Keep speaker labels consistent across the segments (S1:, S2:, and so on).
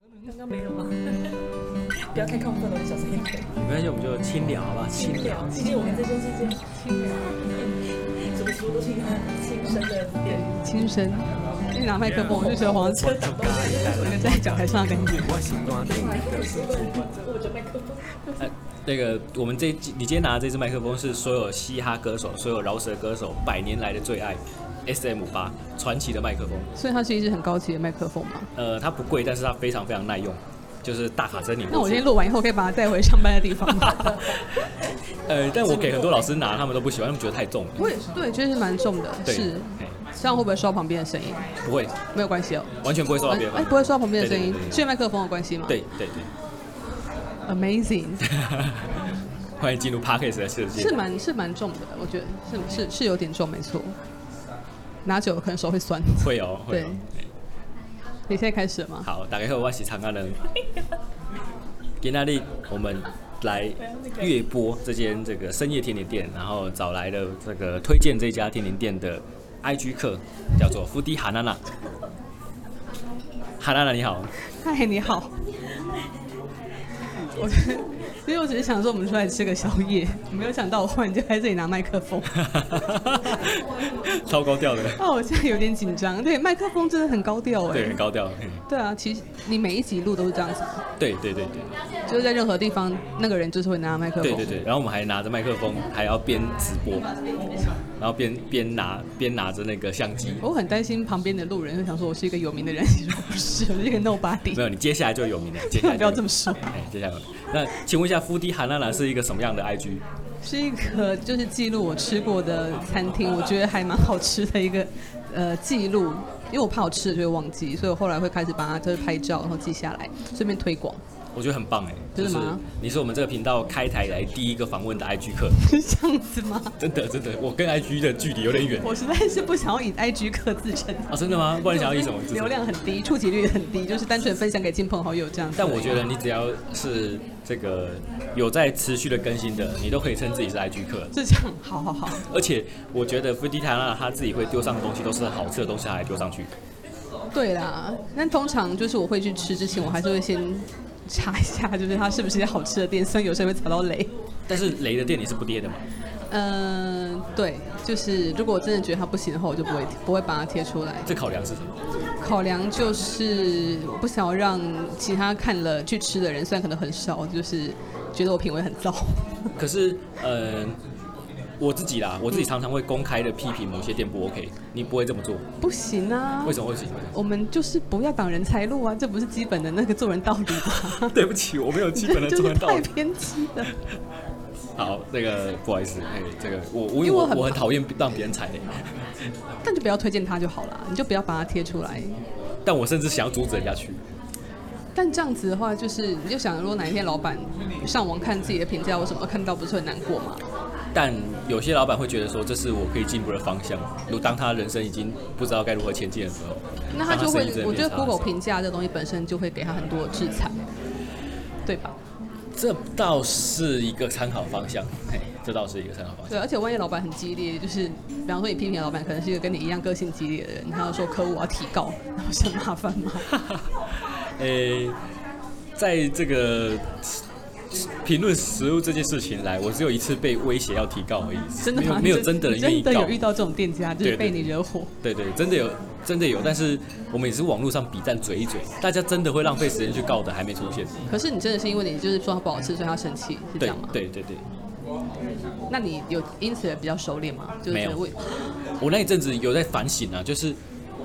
S1: 刚刚没有啊， 不要太亢奋了，我小声一点。
S2: 没关系，我们就轻聊吧，轻聊。
S1: 啊毕竟我们这间是一间清凉，怎么说都是一个亲身的店。
S3: 轻声。一拿麦克风，我就觉 得黄车走到那个在讲台上的感觉。
S1: 握着麦克风，
S2: 哎，那个，我们这你今天拿的这支麦克风是所有嘻哈歌手、所有饶舌歌手百年来的最爱，S M 八传奇的麦克风。
S3: 所以它是一支很高级的麦克风嘛。
S2: 呃，它不贵，但是它非常非常耐用，就是大卡车里面。
S3: 那我今天录完以后，可以把它带回上班的地方 吗。
S2: 呃，但我给很多老师拿，他们都不喜欢，他们觉得太重了。
S3: 我也是，对，就是蛮重的，
S2: 对
S3: 是。
S2: 哎
S3: 这样会不会收到旁边的声音？
S2: 不会，
S3: 没有关系哦。
S2: 完全不会受到别人。
S3: 哎，不会收到旁边的声音
S2: 对对对，对
S3: 是因为麦克风的关系吗？
S2: 对对对。
S3: ，Amazing，
S2: 欢迎进入 Parkes 的世界。
S3: 是蛮是蛮重的，我觉得是是是有点重，没错。拿久了可能手会酸。
S2: 会哦，会哦。
S3: 你现在开始了吗？
S2: 好，大家好，我是长安人。今天日我们来月播这间这个深夜甜点店，然后找来了这个推荐这家甜点店的 IG 客，叫做福迪哈娜娜。哈娜娜你好，
S3: 嗨，你好。我 觉得其实我只是想说，我们出来吃个宵夜，没有想到我忽然就在这里拿麦克风。
S2: 超高调的，
S3: 哦，我现在有点紧张。对，麦克风真的很高调哎、
S2: 对，很高调。嗯
S3: 对啊，其实你每一集录都是这样子，
S2: 对对对对
S3: 就是在任何地方，那个人就是会拿麦克风。
S2: 对对对，然后我们还拿着麦克风，还要边直播，然后边边拿边拿着那个相机。
S3: 我很担心旁边的路人，就想说我是一个有名的人，其实我不是，我 是一个 nobody
S2: 没。有，你接下来就有名了。接
S3: 千
S2: 下来
S3: 万不
S2: 就有
S3: 要
S2: 名
S3: 这么说，
S2: 哎，接下来，那请问一下，夫迪韩娜娜是一个什么样的 IG？
S3: 是一个就是记录我吃过的餐厅，我觉得还蛮好吃的一个呃记录，因为我怕我吃了就会忘记，所以我后来会开始把它就是拍照，然后记下来，顺便推广，
S2: 我觉得很棒哎，就
S3: 真的
S2: 是
S3: 吗
S2: 你是我们这个频道开台以来第一个访问的 IG 客，
S3: 是这样子吗？
S2: 真的真的，我跟 IG 的距离有点远
S3: 我实在是不想要以 IG 客自称，
S2: 啊，真的吗？不然你想要以什么自
S3: 流
S2: 称？
S3: 量很低，触及率很低，就是单纯分享给亲朋好友这样子。
S2: 但我觉得你只要是这个有在持续的更新的，你都可以称自己是 IG 客。
S3: 是这样，好好好，
S2: 而且我觉得夫迪韩娜娜她自己会丢上的东西都是好吃的东西，她还丢上去。
S3: 对啦。但通常就是我会去吃之前，我还是会先查一下，就是它是不是一些好吃的店，虽然有时候会踩到雷。
S2: 但是雷的店你是不跌的嘛？
S3: 嗯、对，就是如果我真的觉得它不行的话，我就不会不会把它贴出来。
S2: 这考量是什么？
S3: 考量就是我不想要让其他看了去吃的人，虽然可能很少，就是觉得我品味很糟。
S2: 可是，嗯、我自己啦，我自己常常会公开的批评某些店不 OK，你不会这么做，
S3: 不行啊
S2: 为，什么会行？
S3: 我们就是不要挡人财路啊，这不是基本的那个做人道理吗？
S2: 对不起，我没有基本的
S3: 就
S2: 做
S3: 是
S2: 到
S3: 太。偏激了。
S2: 好，那个不好意思，哎，这个我我
S3: 因为
S2: 我
S3: 我很
S2: 我很讨厌让别人踩雷，
S3: 但就不要推荐它就好了，你就不要把它贴出来。
S2: 但我甚至想要阻止人家去。
S3: 但这样子的话，就是你就想，如果哪一天老板上网看自己的评价或什么，看到不是很难过吗？
S2: 但有些老板会觉得说，这是我可以进步的方向。如当他人生已经不知道该如何前进的时候，
S3: 那他就
S2: 当
S3: 会
S2: 生意真，的
S3: 我
S2: 变
S3: 觉得
S2: 差的时候
S3: Google 评价这个东西本身就会给他很多的制裁，对吧？
S2: 这倒是一个参考方向，嘿，这倒是一个参考方向。
S3: 对，而且万一老板很激烈，就是比方说你批评的老板可能是一个跟你一样个性激烈的人，他要说客户我要提高，那不是很麻烦 吗？
S2: 诶、在这个评论食物这件事情来，我只有一次被威胁要提告而已，
S3: 真的
S2: 没
S3: 吗？
S2: 有没有
S3: 你
S2: 真的人愿意
S3: 真的
S2: 告
S3: 有。遇到这种店家，就
S2: 对
S3: 是
S2: 对
S3: 被你惹火，
S2: 对对，真的有，真的有，但是我们也是网络上比战嘴一嘴，大家真的会浪费时间去告的，还没出现。
S3: 可是你真的是因为你就是说他不好吃，所以他生气，是这
S2: 对
S3: 样吗？。
S2: 对对对，
S3: 那你有因此比较熟练吗？就是
S2: 没有
S3: 觉得为
S2: 我那一阵子有在反省啊，就是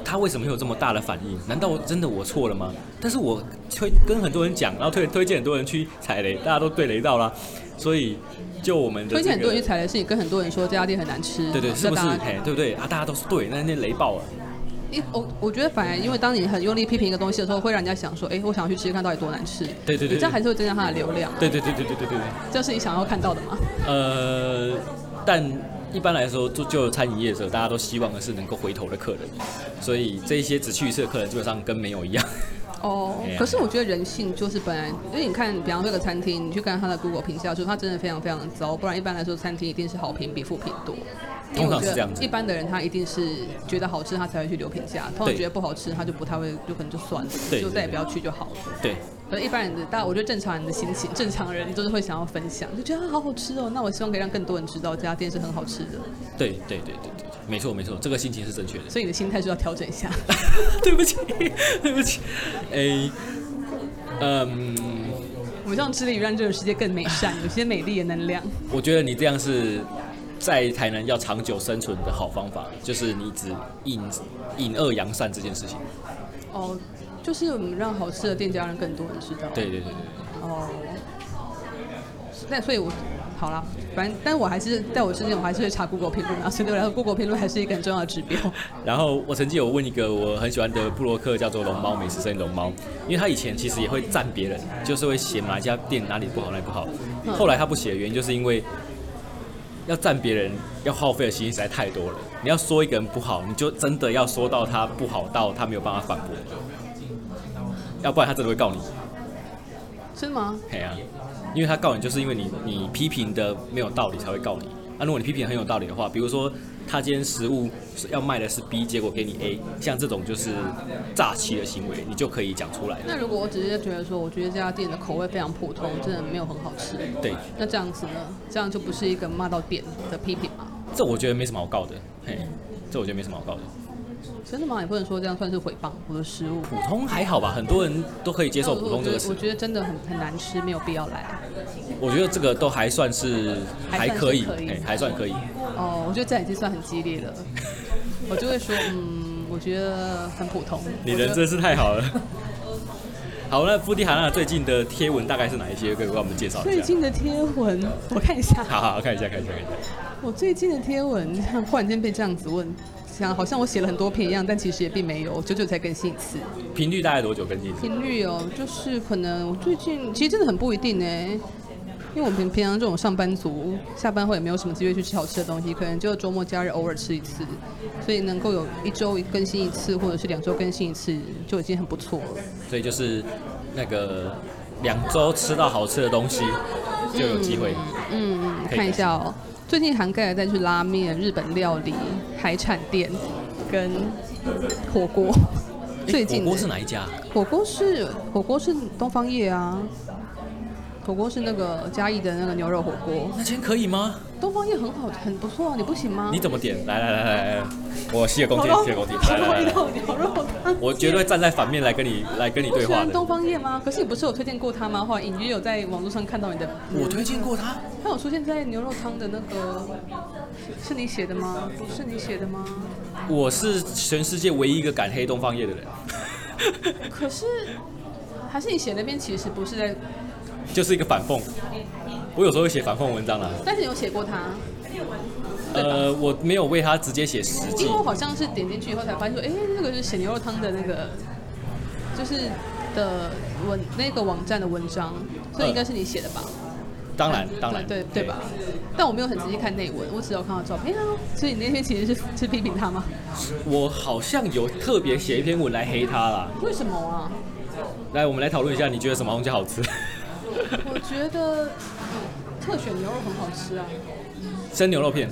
S2: 他为什么会有这么大的反应？难道我真的我错了吗？但是我推跟很多人讲，然后推推荐很多人去踩雷，大家都对雷到啦，所以就我们的、这个、
S3: 推荐很多人去踩雷，是你跟很多人说这家店很难吃，哦
S2: 对对，
S3: 那
S2: 是不是？
S3: 大家
S2: 哎，对不对啊？大家都是对，那那雷啊爆了。
S3: 一我哦我觉得反而因为当你很用力批评一个东西的时候，会让人家想说，哎、我想要去吃吃看到底多难吃。
S2: 对对对
S3: 你这样还是会增加它的流量，
S2: 对对对对对对对对。
S3: 这是你想要看到的吗？
S2: 呃，但一般来说，就就餐饮业者， 大家都希望的是能够回头的客人，所以这一些只去一次的客人，基本上跟没有一样。
S3: 哦
S2: Yeah.，
S3: 可是我觉得人性就是本来，因为你看，比方说一个餐厅，你去看它的 Google 评价，就它真的非常非常糟，不然一般来说餐厅一定是好评比负评多。因
S2: 通
S3: 为我
S2: 常是
S3: 觉
S2: 这样子
S3: 得一般的人他一定是觉得好吃，他才会去留评价；通常
S2: 对
S3: 觉得不好吃，他就不太会，就可能就算了，
S2: 对
S3: 就
S2: 对
S3: 再也
S2: 对
S3: 不要去就好了。
S2: 对，
S3: 可是一般人的，大我觉得正常人的心情，正常人就是会想要分享，就觉得啊好好吃哦，那我希望可以让更多人知道这家店是很好吃的，
S2: 对，对，对，对，对，没错，没错，这个心情是正确 的。
S3: 所以你的心态是要调整一 下。
S2: 对不起，对不起，诶，嗯，
S3: 我们这样致力于让这个世界更美善，有些美丽的能量。
S2: 我觉得你这样是在台南要长久生存的好方法，就是你只引引恶扬善这件事情。
S3: 哦，就是我们让好吃的店家让更多人知道。
S2: 对，对，对，对，对
S3: 哦，那所以我好啦，反正，但我还是在我之前，我还是会查 Google 评论啊，所以对我来说，Google 评论还是一个很重要的指标。
S2: 然后我曾经有问一个我很喜欢的布洛克，叫做龙猫美食生意龙猫，因为他以前其实也会赞别人，就是会写哪一家店哪里不好哪里不好。后来他不写的原因就是因为要赞别人要耗费的心力实在太多了。你要说一个人不好，你就真的要说到他不好到他没有办法反驳，要不然他真的会告你。
S3: 真的吗？
S2: 嘿啊，因为他告你，就是因为你你批评的没有道理才会告你。那、如果你批评得很有道理的话，比如说他今天食物是要卖的是 B，结果给你 A，像这种就是诈欺的行为，你就可以讲出来了。
S3: 那如果我只是觉得说，我觉得这家店的口味非常普通，真的没有很好吃，
S2: 对，
S3: 那这样子呢？这样就不是一个骂到点的批评吗？
S2: 这我觉得没什么好告的，嘿，这我觉得没什么好告的。
S3: 真的吗？也不能说这样算是诽谤我的食物。
S2: 普通还好吧，很多人都可以接受
S3: 但
S2: 普
S3: 哦我
S2: 通这个
S3: 我觉得
S2: 词
S3: 我。觉得真的很很难吃，没有必要来。啊
S2: 我觉得这个都还算是还
S3: 还算是
S2: 可以，
S3: 可以
S2: 嘿，还算可以。
S3: 哦，我觉得这样已经算很激烈了。我就会说，嗯，我觉得很普通。
S2: 你
S3: 我觉
S2: 人
S3: 得
S2: 真是太好了。好，那布迪哈娜最近的贴文大概是哪一些？可以给我们介绍
S3: 最
S2: 一下。
S3: 近的贴文，我看一下。
S2: 好好，看一下，看一下，看一下。
S3: 我最近的贴文， 忽然间被这样子问，想好像我写了很多篇一样，但其实也并没有，我久久才更新一次。
S2: 频率大概多久更新一次？
S3: 频率哦，就是可能我最近其实真的很不一定呢，因为我们平平常这种上班族，下班后也没有什么机会去吃好吃的东西，可能就周末假日偶尔吃一次，所以能够有一周更新一次，或者是两周更新一次，就已经很不错了。
S2: 所以就是那个两周吃到好吃的东西就有机会。
S3: 嗯，
S2: 可以
S3: 看一下哦。最近涵盖的再去拉面、日本料理、海产店跟火锅。
S2: 诶
S3: 最近的
S2: 火锅是哪一家？
S3: 火锅是火锅是东方叶啊，火锅是那个嘉义的那个牛肉火锅。
S2: 那间可以吗？
S3: 东方叶很好，很不错啊，你不行吗
S2: 你？怎么点？来来来来来，我洗耳恭听，洗耳恭听。来
S3: 好
S2: 来
S3: 味
S2: 来来，
S3: 道牛肉汤。
S2: 我绝对站在反面来跟你来跟你
S3: 不
S2: 对
S3: 喜
S2: 话
S3: 欢
S2: 的
S3: 东。方叶吗？可是你不是有推荐过他吗？后来隐约有在网络上看到你的，
S2: 我推荐过他，
S3: 他有出现在牛肉汤的那个，是你写的吗？不是你写的吗？
S2: 我是全世界唯一一个敢黑东方叶的人，
S3: 可是还是你写那边其实不是在，
S2: 就是一个反讽。我有时候会写反讽文章啦，
S3: 但是你有写过他，
S2: 呃，我没有为他直接写实际
S3: 因为，我好像是点进去以后才发现说，哎、那个是写牛肉汤的那个，就是的文那个网站的文章，所以应该是你写的吧？
S2: 当然当然，
S3: 对对对吧？？但我没有很仔细看内文，我只有看到照片啊。所以你那天其实是是批评他吗？
S2: 我好像有特别写一篇文来黑他啦。
S3: 为什么啊？
S2: 来，我们来讨论一下，你觉得什么东西好吃？
S3: 我觉得特选牛肉很好吃啊。
S2: 生牛肉片，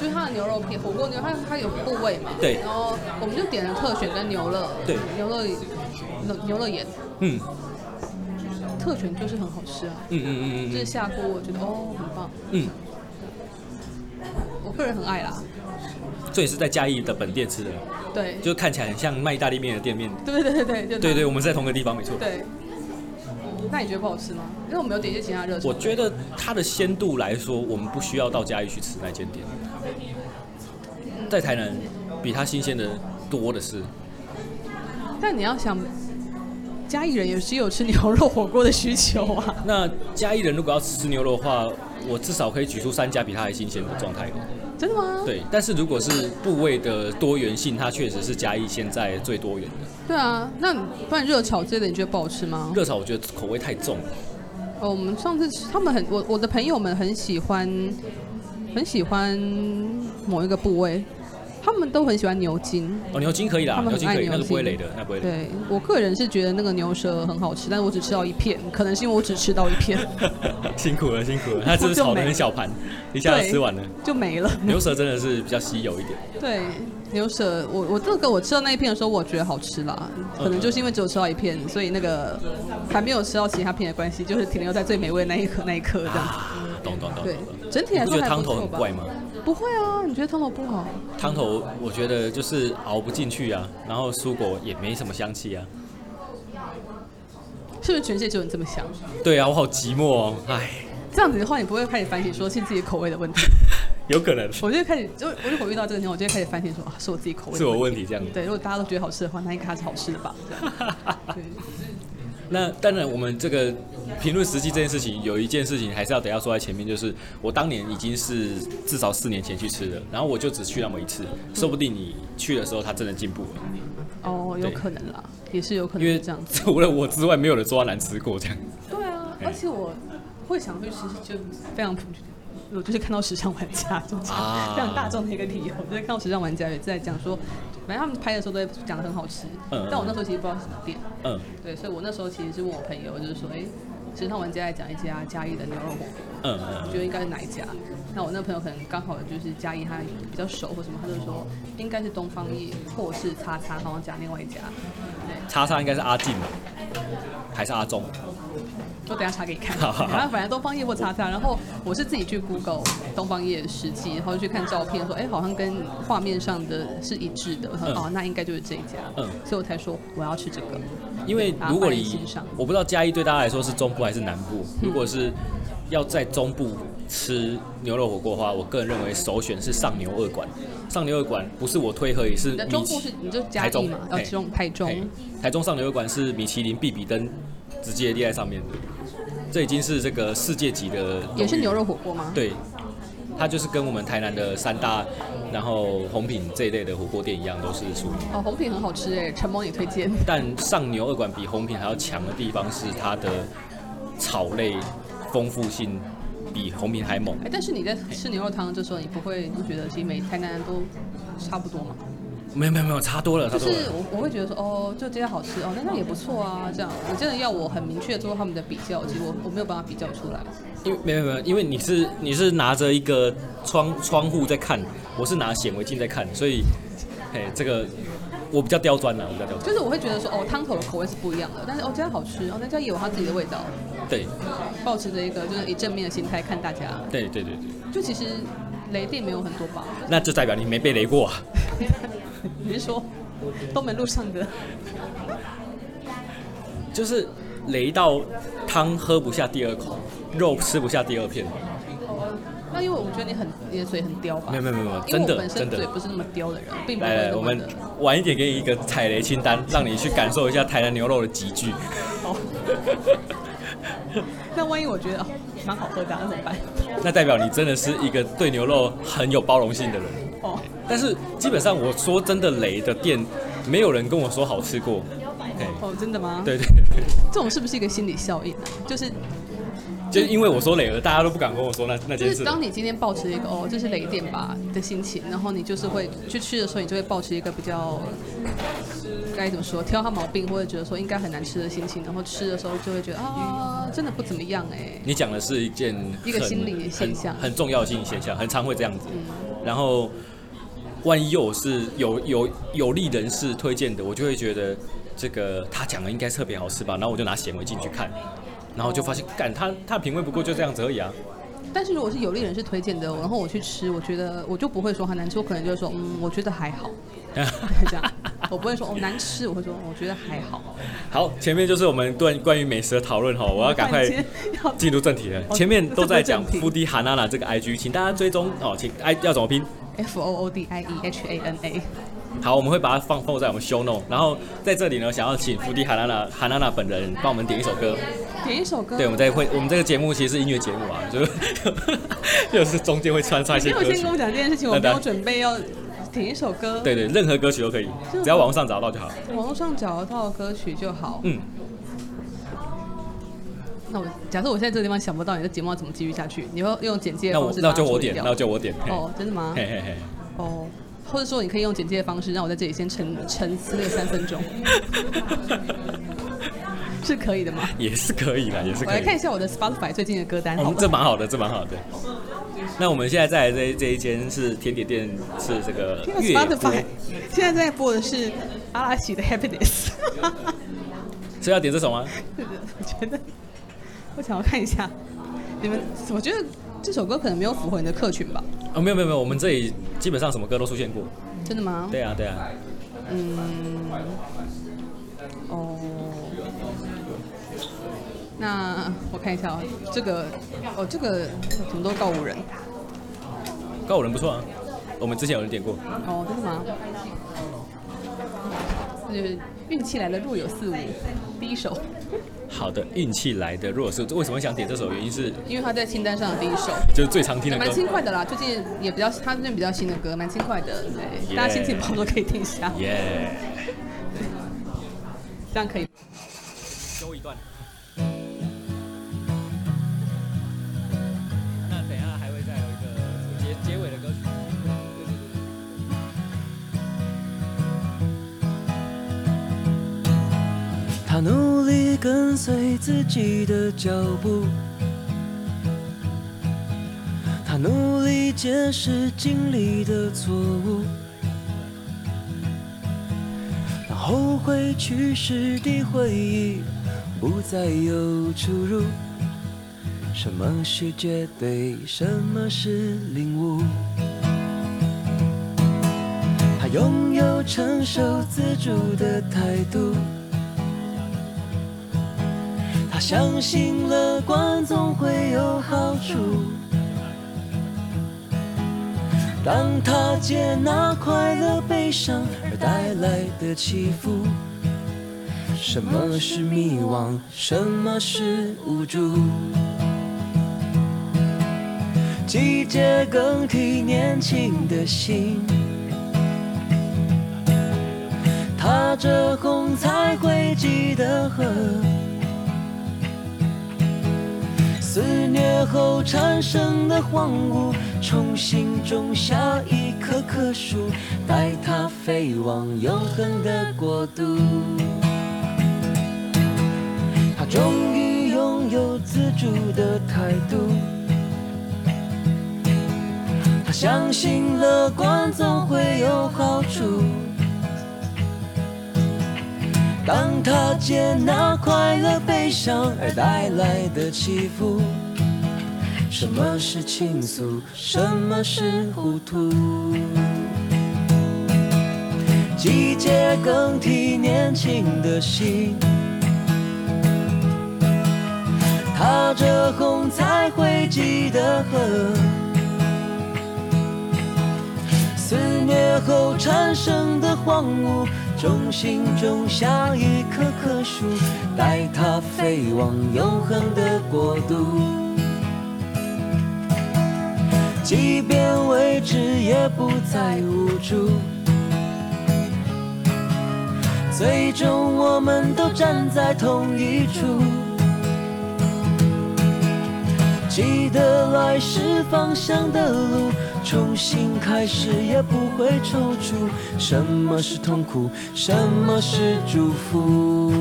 S3: 就是它的牛肉片，火锅牛肉它它有部位嘛，
S2: 对
S3: 然后我们就点了特选跟牛肋，
S2: 对
S3: 牛肋牛牛肋眼，
S2: 嗯
S3: 特选就是很好吃啊，
S2: 嗯嗯
S3: 就是
S2: 嗯
S3: 下锅我觉得哦很棒，
S2: 嗯
S3: 我个人很爱啦，
S2: 嗯，这也是在嘉义的本店吃的，
S3: 对，
S2: 就看起来很像卖意大利面的店面。
S3: 对对对对就
S2: 对对，我们是在同个地方，没错。
S3: 对，那你觉得不好吃吗？因为我们有点一些其他热
S2: 我
S3: 炒，
S2: 觉得它的鲜度来说，我们不需要到嘉义去吃那间店，在台南比它新鲜的多的是。
S3: 但你要想。嘉义人也是有吃牛肉火锅的需求啊，
S2: 那嘉义人如果要吃牛肉的话，我至少可以举出三家比它还新鲜的状态。
S3: 真的吗？
S2: 对，但是如果是部位的多元性，它确实是嘉义现在最多元的。
S3: 对啊，那不然热炒之类的你觉得不好吃吗？
S2: 热炒我觉得口味太重了。
S3: 哦，我们上次吃他们很，我我的朋友们很喜欢，很喜欢某一个部位，他们都很喜欢牛筋。
S2: 哦，牛筋可以啦，
S3: 他
S2: 牛
S3: 们很
S2: 筋
S3: 爱
S2: 可以，
S3: 牛
S2: 那个不会
S3: 筋
S2: 累的，那不会累。
S3: 对我个人是觉得那个牛舌很好吃，但是我只吃到一片，可能是因为我只吃到一片
S2: 辛苦了，辛苦了，他只是炒的很小盘，一下子吃完了。
S3: 就没了。
S2: 牛舌真的是比较稀有一 点，
S3: 对，牛舌，我我这个我吃到那一片的时候，我觉得好吃啦，可能就是因为只有吃到一片，所以那个还没有吃到其他片的关系，就是停留在最美味那 一刻那一刻这样。
S2: 懂懂懂
S3: 对
S2: 懂。，
S3: 整体
S2: 你
S3: 来
S2: 不
S3: 说
S2: 觉得
S3: 还
S2: 汤
S3: 不
S2: 头
S3: 错
S2: 很
S3: 吧
S2: 怪？吗？
S3: 不会啊，你觉得汤头不好？
S2: 汤头我觉得就是熬不进去啊，然后蔬果也没什么香气啊。
S3: 是不是全世界只有你这么想？
S2: 对啊，我好寂寞哦，唉，
S3: 这样子的话，你不会开始反省说是自己口味的问 题。
S2: 有可能
S3: 我就开始，就我如果遇到这个情况，我就会开始反省说啊，是我自己口味
S2: 是
S3: 的
S2: 我
S3: 问题。
S2: 问题这样。
S3: 对，如果大家都觉得好吃的话，那应该它是好吃的吧？这样 对
S2: 那当然，我们这个评论实际这件事情，有一件事情还是要等一下说在前面，就是我当年已经是至少四年前去吃的，然后我就只去那么一次，说不定你去的时候他真的进步了，
S3: 哦，有
S2: 对
S3: 可能啦，也是有可
S2: 因
S3: 能
S2: 为
S3: 这样子。
S2: 除了我之外，没有人说他难吃过这样。
S3: 对啊，
S2: 哎
S3: 而且我会想去吃，就非常普，我就是看到时尚玩家就这
S2: 啊
S3: 样非常大众的一个理由，就是看到时尚玩家也在讲说，反正他们拍的时候都会讲的很好吃，
S2: 嗯嗯
S3: 但我那时候其实不知道是什么店，
S2: 嗯，
S3: 对，所以我那时候其实是问我朋友，就是说，哎、时尚玩家在讲一家嘉义的牛肉火锅。
S2: 嗯
S3: 你
S2: 嗯
S3: 觉得应该是哪一家？那我那个朋友可能刚好就是嘉义，他比较熟或什么，他就说应该是东方叶或是叉叉，好像讲另外一家。
S2: 嗯，叉叉应该是阿进吧，还是阿忠？
S3: 我等一下查给你看。
S2: 好好好
S3: 然后反正东方叶或叉叉，然后我是自己去 Google 东方叶实际，然后去看照片，说哎、好像跟画面上的是一致的。我说、
S2: 嗯
S3: 哦，那应该就是这一家。
S2: 嗯
S3: 所以我才说我要吃这个。
S2: 因为如果
S3: 把它放在
S2: 你
S3: 心上嗯
S2: 我不知道嘉义对大家来说是中部还是南部，如果是要在中部吃牛肉火锅的话，我个人认为首选是上牛二馆。上牛二馆不是我推和也是
S3: 你的
S2: 米
S3: 中部
S2: 其
S3: 是你就嘉
S2: 台
S3: 义
S2: 中
S3: 嘛？呃，
S2: 嘿
S3: 中台
S2: 嘿
S3: 中。
S2: 台中上牛肉馆是米其林必比登直接列在上面的，这已经是这个世界级的荣誉，
S3: 也是牛肉火锅吗？
S2: 对，它就是跟我们台南的三大，然后红品这一类的火锅店一样，都是属于。
S3: 哦，红品很好吃哎、陈萌也推荐。
S2: 但上牛二馆比红品还要强的地方是它的草类丰富性比红品还猛
S3: 哎，，但是你在吃牛肉汤这时候，你不会不觉得其实每台南都差不多嘛？
S2: 没有没有没有差多了，差
S3: 就
S2: 多
S3: 是
S2: 了。
S3: 我我会觉得说，哦，就这家好吃哦，那那也不错啊，这样。你真的要我很明确做他们的比较，其实我我没有办法比较出来。
S2: 因为没有没有，因为你是你是拿着一个窗窗户在看，我是拿显微镜在看，所以，哎，这个我比较刁钻了，我比较刁钻。
S3: 就是我会觉得说，哦，汤头的口味是不一样的，但是哦，这家好吃，哦，那家也有它自己的味道。
S2: 对
S3: 保持着一个就是以正面的心态看大家，
S2: 对对对对，
S3: 就其实雷电没有很多吧？
S2: 那就代表你没被雷过、啊。
S3: 你是说东门路上的？
S2: 就是雷到汤喝不下第二口，肉吃不下第二片。
S3: 哦，那因为我觉得你很你的嘴很刁吧？
S2: 没有没有没有，
S3: 因
S2: 真
S3: 为我
S2: 的
S3: 本身
S2: 真的
S3: 嘴。不是那么刁的人，并不会
S2: 来来，
S3: 那
S2: 我
S3: 么
S2: 们
S3: 的。
S2: 晚一点给你一个踩雷清单，让你去感受一下台南牛肉的集聚。
S3: 那万一我觉得哦蛮好喝的啊，那怎么办？
S2: 那代表你真的是一个对牛肉很有包容性的人。
S3: 哦，
S2: 但是基本上我说真的雷的店，没有人跟我说好吃过。
S3: 哦，真的吗？，
S2: 对对对，
S3: 这种是不是一个心理效应啊？就是
S2: 就是因为我说雷了，大家都不敢跟我说那那
S3: 就
S2: 件
S3: 是
S2: 事。
S3: 当你今天抱持一个哦，这是雷电吧的心情，然后你就是会去吃的时候，你就会抱持一个比较该怎么说，挑它毛病，或者觉得说应该很难吃的心情，然后吃的时候就会觉得啊，
S2: 嗯
S3: 真的不怎么样哎、
S2: 你讲的是一件
S3: 一个
S2: 很
S3: 心理现象嗯
S2: 很很重要的心理现象，很常会这样子。然后，万一又是有有有利人士推荐的，我就会觉得这个他讲的应该特别好吃吧，然后我就拿显微镜去看，然后就发现，干他他的品味不过就这样子而已 啊。
S3: 但是如果是有利人士推荐的，然后我去吃，我觉得我就不会说它难吃，我可能就会说嗯，我觉得还好， 这样，我不会说哦难吃，我会说我觉得还好。
S2: 好，前面就是我们关关于美食的讨论哈，我要赶快
S3: 突然间要
S2: 进入正题了。
S3: 哦
S2: 前面都在讲
S3: 这不是正题
S2: f o o d i Hanana 这个 IG，请大家追踪哦，请 I 要怎么拼？
S3: F O O D I E H A N A。
S2: 好，我们会把它放放在我们 show note，然后在这里呢，想要请福迪哈娜娜哈娜娜本人帮我们点一首歌。
S3: 点一首歌，
S2: 对，我们在会我们这个节目其实是音乐节目啊，就是 就是中间会穿插一
S3: 你
S2: 些
S3: 没有
S2: 歌
S3: 先
S2: 曲
S3: 跟。我讲这件事情，我没有准备要点一首歌，，
S2: 对对，任何歌曲都可以，只要网络上找到就好。
S3: 网络上找到歌曲就好。
S2: 嗯，
S3: 那我假设我现在这个地方想不到你的节目要怎么继续下去，你要用简介
S2: 那
S3: 的
S2: 我
S3: 方式
S2: 那
S3: 把它
S2: 就我
S3: 处理
S2: 点，
S3: 掉哦
S2: 那就我点。嘿
S3: 哦，真的吗？
S2: 嘿嘿嘿，
S3: 哦，或者说你可以用简介的方式让我在这里先沉沉思那个三 分钟，是可以的吗？
S2: 也是可以的，也是
S3: 我
S2: 可
S3: 来
S2: 以。
S3: 看一下我的 Spotify 最近的歌单好
S2: 哦
S3: 了，
S2: 这蛮好的，这蛮好的。那我们现在再来这这一间是甜点店，是这个
S3: 因为
S2: 月波，
S3: Spotify 现在在播的是阿拉奇的 Happiness，
S2: 是要点这首吗？
S3: 我觉得我想要看一下你们，我觉得这首歌可能没有符合你的客群吧？
S2: 哦，没有没有没有，我们这里基本上什么歌都出现过。
S3: 真的吗？
S2: 对啊对啊，
S3: 嗯，哦，那我看一下哦，这个哦，这个怎么都告五人？
S2: 告五人不错啊，我们之前有人点过。
S3: 哦，真的吗？那就是运气来了，若有似无。第一首，
S2: 好的，运气来的。如果是为什么想点这首，原因是
S3: 因为他在清单上的第一首，
S2: 就是最常听的歌
S3: 蛮。轻快的啦。最近也比较，他最近比较新的歌，蛮轻快的，对
S2: Yeah
S3: 大家心情不好都可以听一下，
S2: 耶，
S3: 这样可以。
S2: 修一段。那等一下还会再有一个结结尾的歌曲。对对对对。
S4: 他努力跟随自己的脚步，他努力解释经历的错误，他后悔去世的回忆不再有出入。什么是绝对，什么是领悟？他拥有承受自主的态度。他相信乐观总会有好处。当他接纳快乐、悲伤而带来的起伏，什么是迷惘，什么是无助？季节更替，年轻的心，踏着红彩绘迹的河。肆虐后产生的荒芜，重新种下一棵棵树，带它飞往永恒的国度。他终于拥有自主的态度，他相信乐观总会有好处。当他接纳快乐、悲伤而带来的起伏，什么是倾诉，什么是糊涂？季节更替，年轻的心，踏着红彩绘迹的河。肆虐后产生的荒芜，重新种下一棵棵树，带它飞往永恒的国度。即便未知，也不再无助。最终，我们都站在同一处。记得来时方向的路，重新开始也不会踌躇。什么是痛苦？什么是祝福？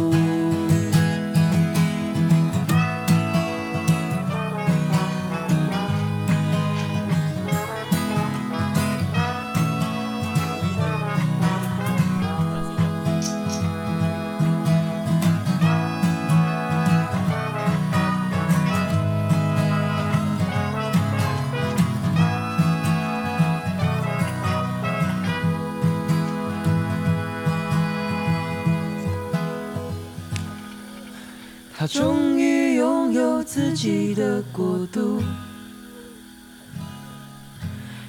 S4: 他终于拥有自己的国度，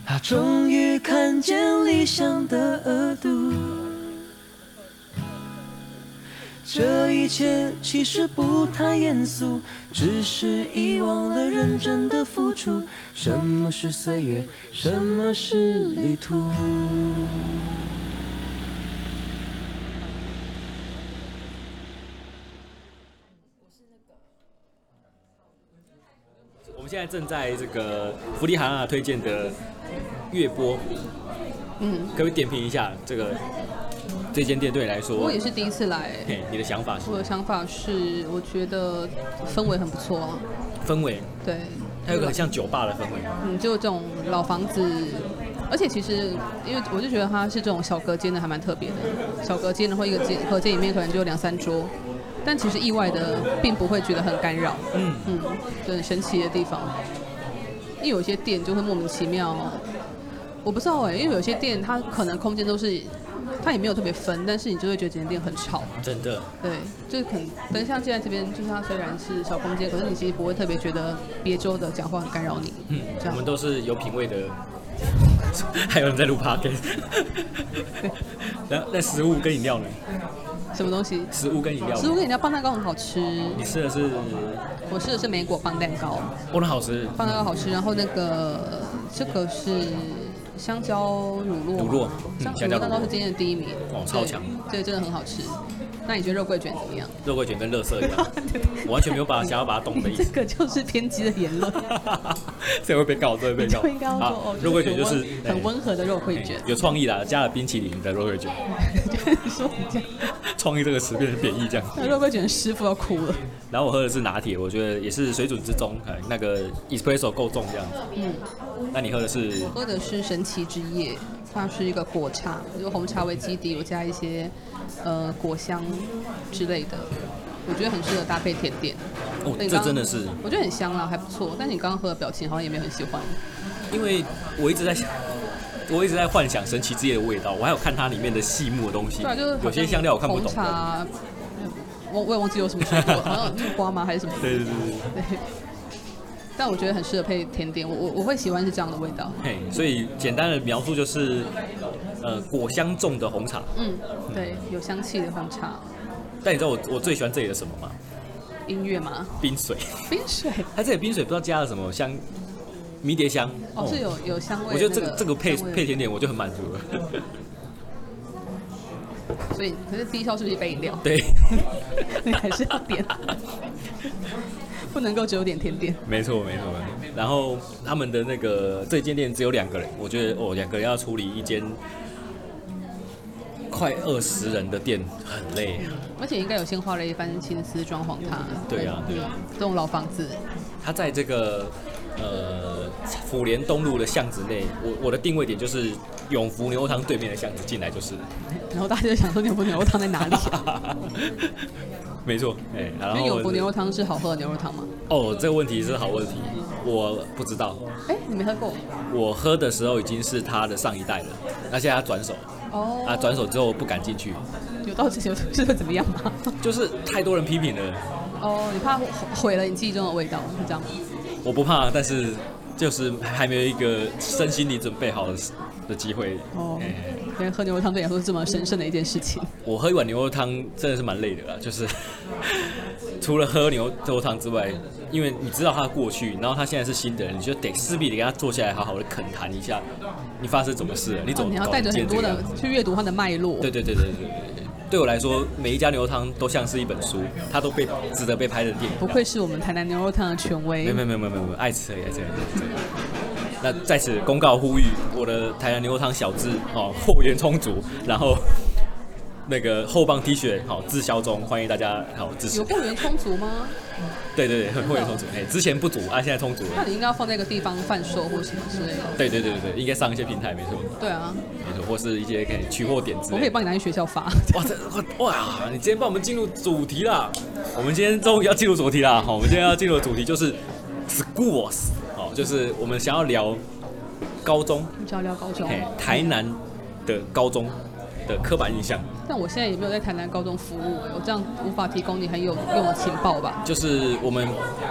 S4: 他终于看见理想的额度。这一切其实不太严肃，只是遗忘了认真的付出。什么是岁月，什么是旅途？
S2: 啊我们现在正在这个弗利哈娜推荐的月波嗯，可不可以点评一下这个这间店对你来说
S3: 我？也是第一次来，
S2: 嘿，你的想法是
S3: 我的想法是，我觉得氛围很不错啊，
S2: 氛围，
S3: 对，
S2: 它有个很像酒吧的氛围。
S3: 嗯，就这种老房子，而且其实因为我就觉得它是这种小隔间的，还蛮特别的。小隔间的或一个间隔间里面可能就有两三桌，但其实意外的并不会觉得很干扰。嗯嗯，就很神奇的地方。因为有些店就会莫名其妙，我不知道哎、因为有些店它可能空间都是。它也没有特别分，但是你就会觉得这间店很吵，
S2: 真的，
S3: 对，就是可能，但像现在这边，就是它虽然是小空间，可是你其实不会特别觉得别桌的讲话很干扰你，
S2: 嗯，
S3: 这
S2: 我
S3: 样
S2: 们都是有品味的。 还有人在录 podcast，然后那食物跟饮料呢？
S3: 什么东西？
S2: 食物跟饮料呢，
S3: 食物跟饮料棒蛋糕很好吃，
S2: 你吃的是，
S3: 我吃的是莓果棒蛋糕，
S2: 哦，那好吃，
S3: 棒蛋糕好吃。然后那个这个是香蕉乳酪吗，
S2: 乳酪嗯
S3: 香
S2: 香蕉
S3: 乳酪蛋
S2: 乳
S3: 糕
S2: 酪
S3: 是今天的第一名，
S2: 哦超
S3: 对
S2: 强，
S3: 对，真的很好吃。那你觉得肉桂卷怎么样？
S2: 肉桂卷跟乐色一 样，我 完全没有把想要把它懂的
S3: 你
S2: 意
S3: 这
S2: 思，
S3: 个就是偏激的言论，
S2: 这会被告，这会被告
S3: 就应该要。说
S2: 好
S3: 哦，
S2: 啊肉桂卷就是
S3: 很温很温和的肉桂卷
S2: 哎，有创意啦，加了冰淇淋的肉桂卷，
S3: 就是说你这样，
S2: 创意这个词变成贬义这样。
S3: 那肉桂卷的师傅要哭了。
S2: 然后我喝的是拿铁，我觉得也是水准之中，哎，那个 espresso 够重这样。
S3: 嗯，
S2: 那你喝的是
S3: 喝的是神奇之夜，它是一个果茶，就红茶为基底，有加一些呃果香之类的，我觉得很适合搭配甜点。
S2: 哦
S3: 那，你
S2: 这
S3: 刚
S2: 真的是，
S3: 我觉得很香啦，还不错。但你刚刚喝的表情好像也没有很喜欢。
S2: 因为我一直在想，我一直在幻想神奇之夜的味道，我还有看它里面的细目的东西，
S3: 对啊，就是好
S2: 嗯
S3: 像
S2: 有些香料我看不懂
S3: 红。茶，嗯我我也忘记有什么水果， 好像有木瓜吗还是什么？
S2: 对对对对，
S3: 对。但我觉得很适合配甜点，我我我会喜欢是这样的味道。
S2: 嘿，所以简单的描述就是，呃，果香重的红茶。
S3: 嗯，对，有香气的红茶，
S2: 但你知道我我最喜欢这里的什么吗？
S3: 音乐嘛，
S2: 冰水，
S3: 冰水
S2: 它这里冰水不知道加了什么香，迷迭香。
S3: 哦是有有香味的那。
S2: 我觉得这个这个配
S3: 香味的
S2: 配甜点我就很满足了。？
S3: 所以，可是低消是不是一杯饮料
S2: 对，
S3: 你还是要点，不能够只有点甜点。
S2: 没错没错。没错然后他们的那个这间店只有两个人，我觉得哦两个人要处理一间快二十人的店很累。
S3: 而且应该有先花了一番心思装潢它。
S2: 对啊对啊
S3: 这种老房子，
S2: 它在这个呃府联东路的巷子内，我我的定位点就是永福牛肉汤对面的巷子进来就是了。
S3: 然后大家就想说牛骨牛肉汤在哪里、啊？
S2: 没错，哎、 然
S3: 因
S2: 后
S3: 为永福牛肉汤是好喝的牛肉汤吗？
S2: 哦，这个问题是好问题，我不知道，
S3: 哎、你没喝过？
S2: 我喝的时候已经是他的上一代了，那现在他转手，
S3: 哦
S2: 啊，转手之后不敢进去，
S3: 有到这些这会怎么样 吗？
S2: 就是太多人批评了，
S3: 哦，你怕毁了你记忆中的味道，是这样吗？
S2: 我不怕，但是就是还没有一个身心里准备好的的机会。
S3: 哦
S2: 哎，
S3: 因为喝牛肉汤对你来说是这么神圣的一件事 情。
S2: 我喝一碗牛肉汤真的是蛮累的啦，就是 除了喝牛肉汤之外，因为你知道他的过去，然后他现在是新的人，你就得势必得跟他坐下来好好的恳谈一下，你发生什么事了，你怎
S3: 哦，
S2: 么
S3: 你要
S2: 搞
S3: 带着
S2: 成
S3: 很多
S2: 这
S3: 的
S2: 样
S3: 去阅读它的脉络。
S2: 对对对对对对对，对我来说，每一家牛肉汤都像是一本书，它都被值得被拍的电影。啊
S3: 不愧是我们台南牛肉汤的权威。
S2: 没有没有没有没有没有没有，爱吃而已爱吃而已。爱吃而已那在此公告呼吁，我的台南牛肉汤小资哦， 货源充足，然后 那个厚棒 T 恤好滞销中，欢迎大家好支持
S3: 有。货源充足吗？
S2: 对对对，货源充足，哎，之前不足啊，现在充足了。
S3: 那你应该要放在一个地方贩售或什么之类的。
S2: 对对对对对，应该上一些平台没错
S3: 对啊，
S2: 没错，或是一些可以取货点之类
S3: 我可
S2: 的
S3: 以。帮你拿去学校 发。
S2: 哇，这哇哇！你今天帮我们进入主题啦，我们今天终于要进入主题啦。哦好，我们今天要进入的主题就是 schools，哦，就是我们想要聊高中，
S3: 你只要聊高中，
S2: 嘿，台南的高中的刻板印象，
S3: 但我现在也没有在台南高中服务，我这样无法提供你很有用的情报吧？
S2: 就是我们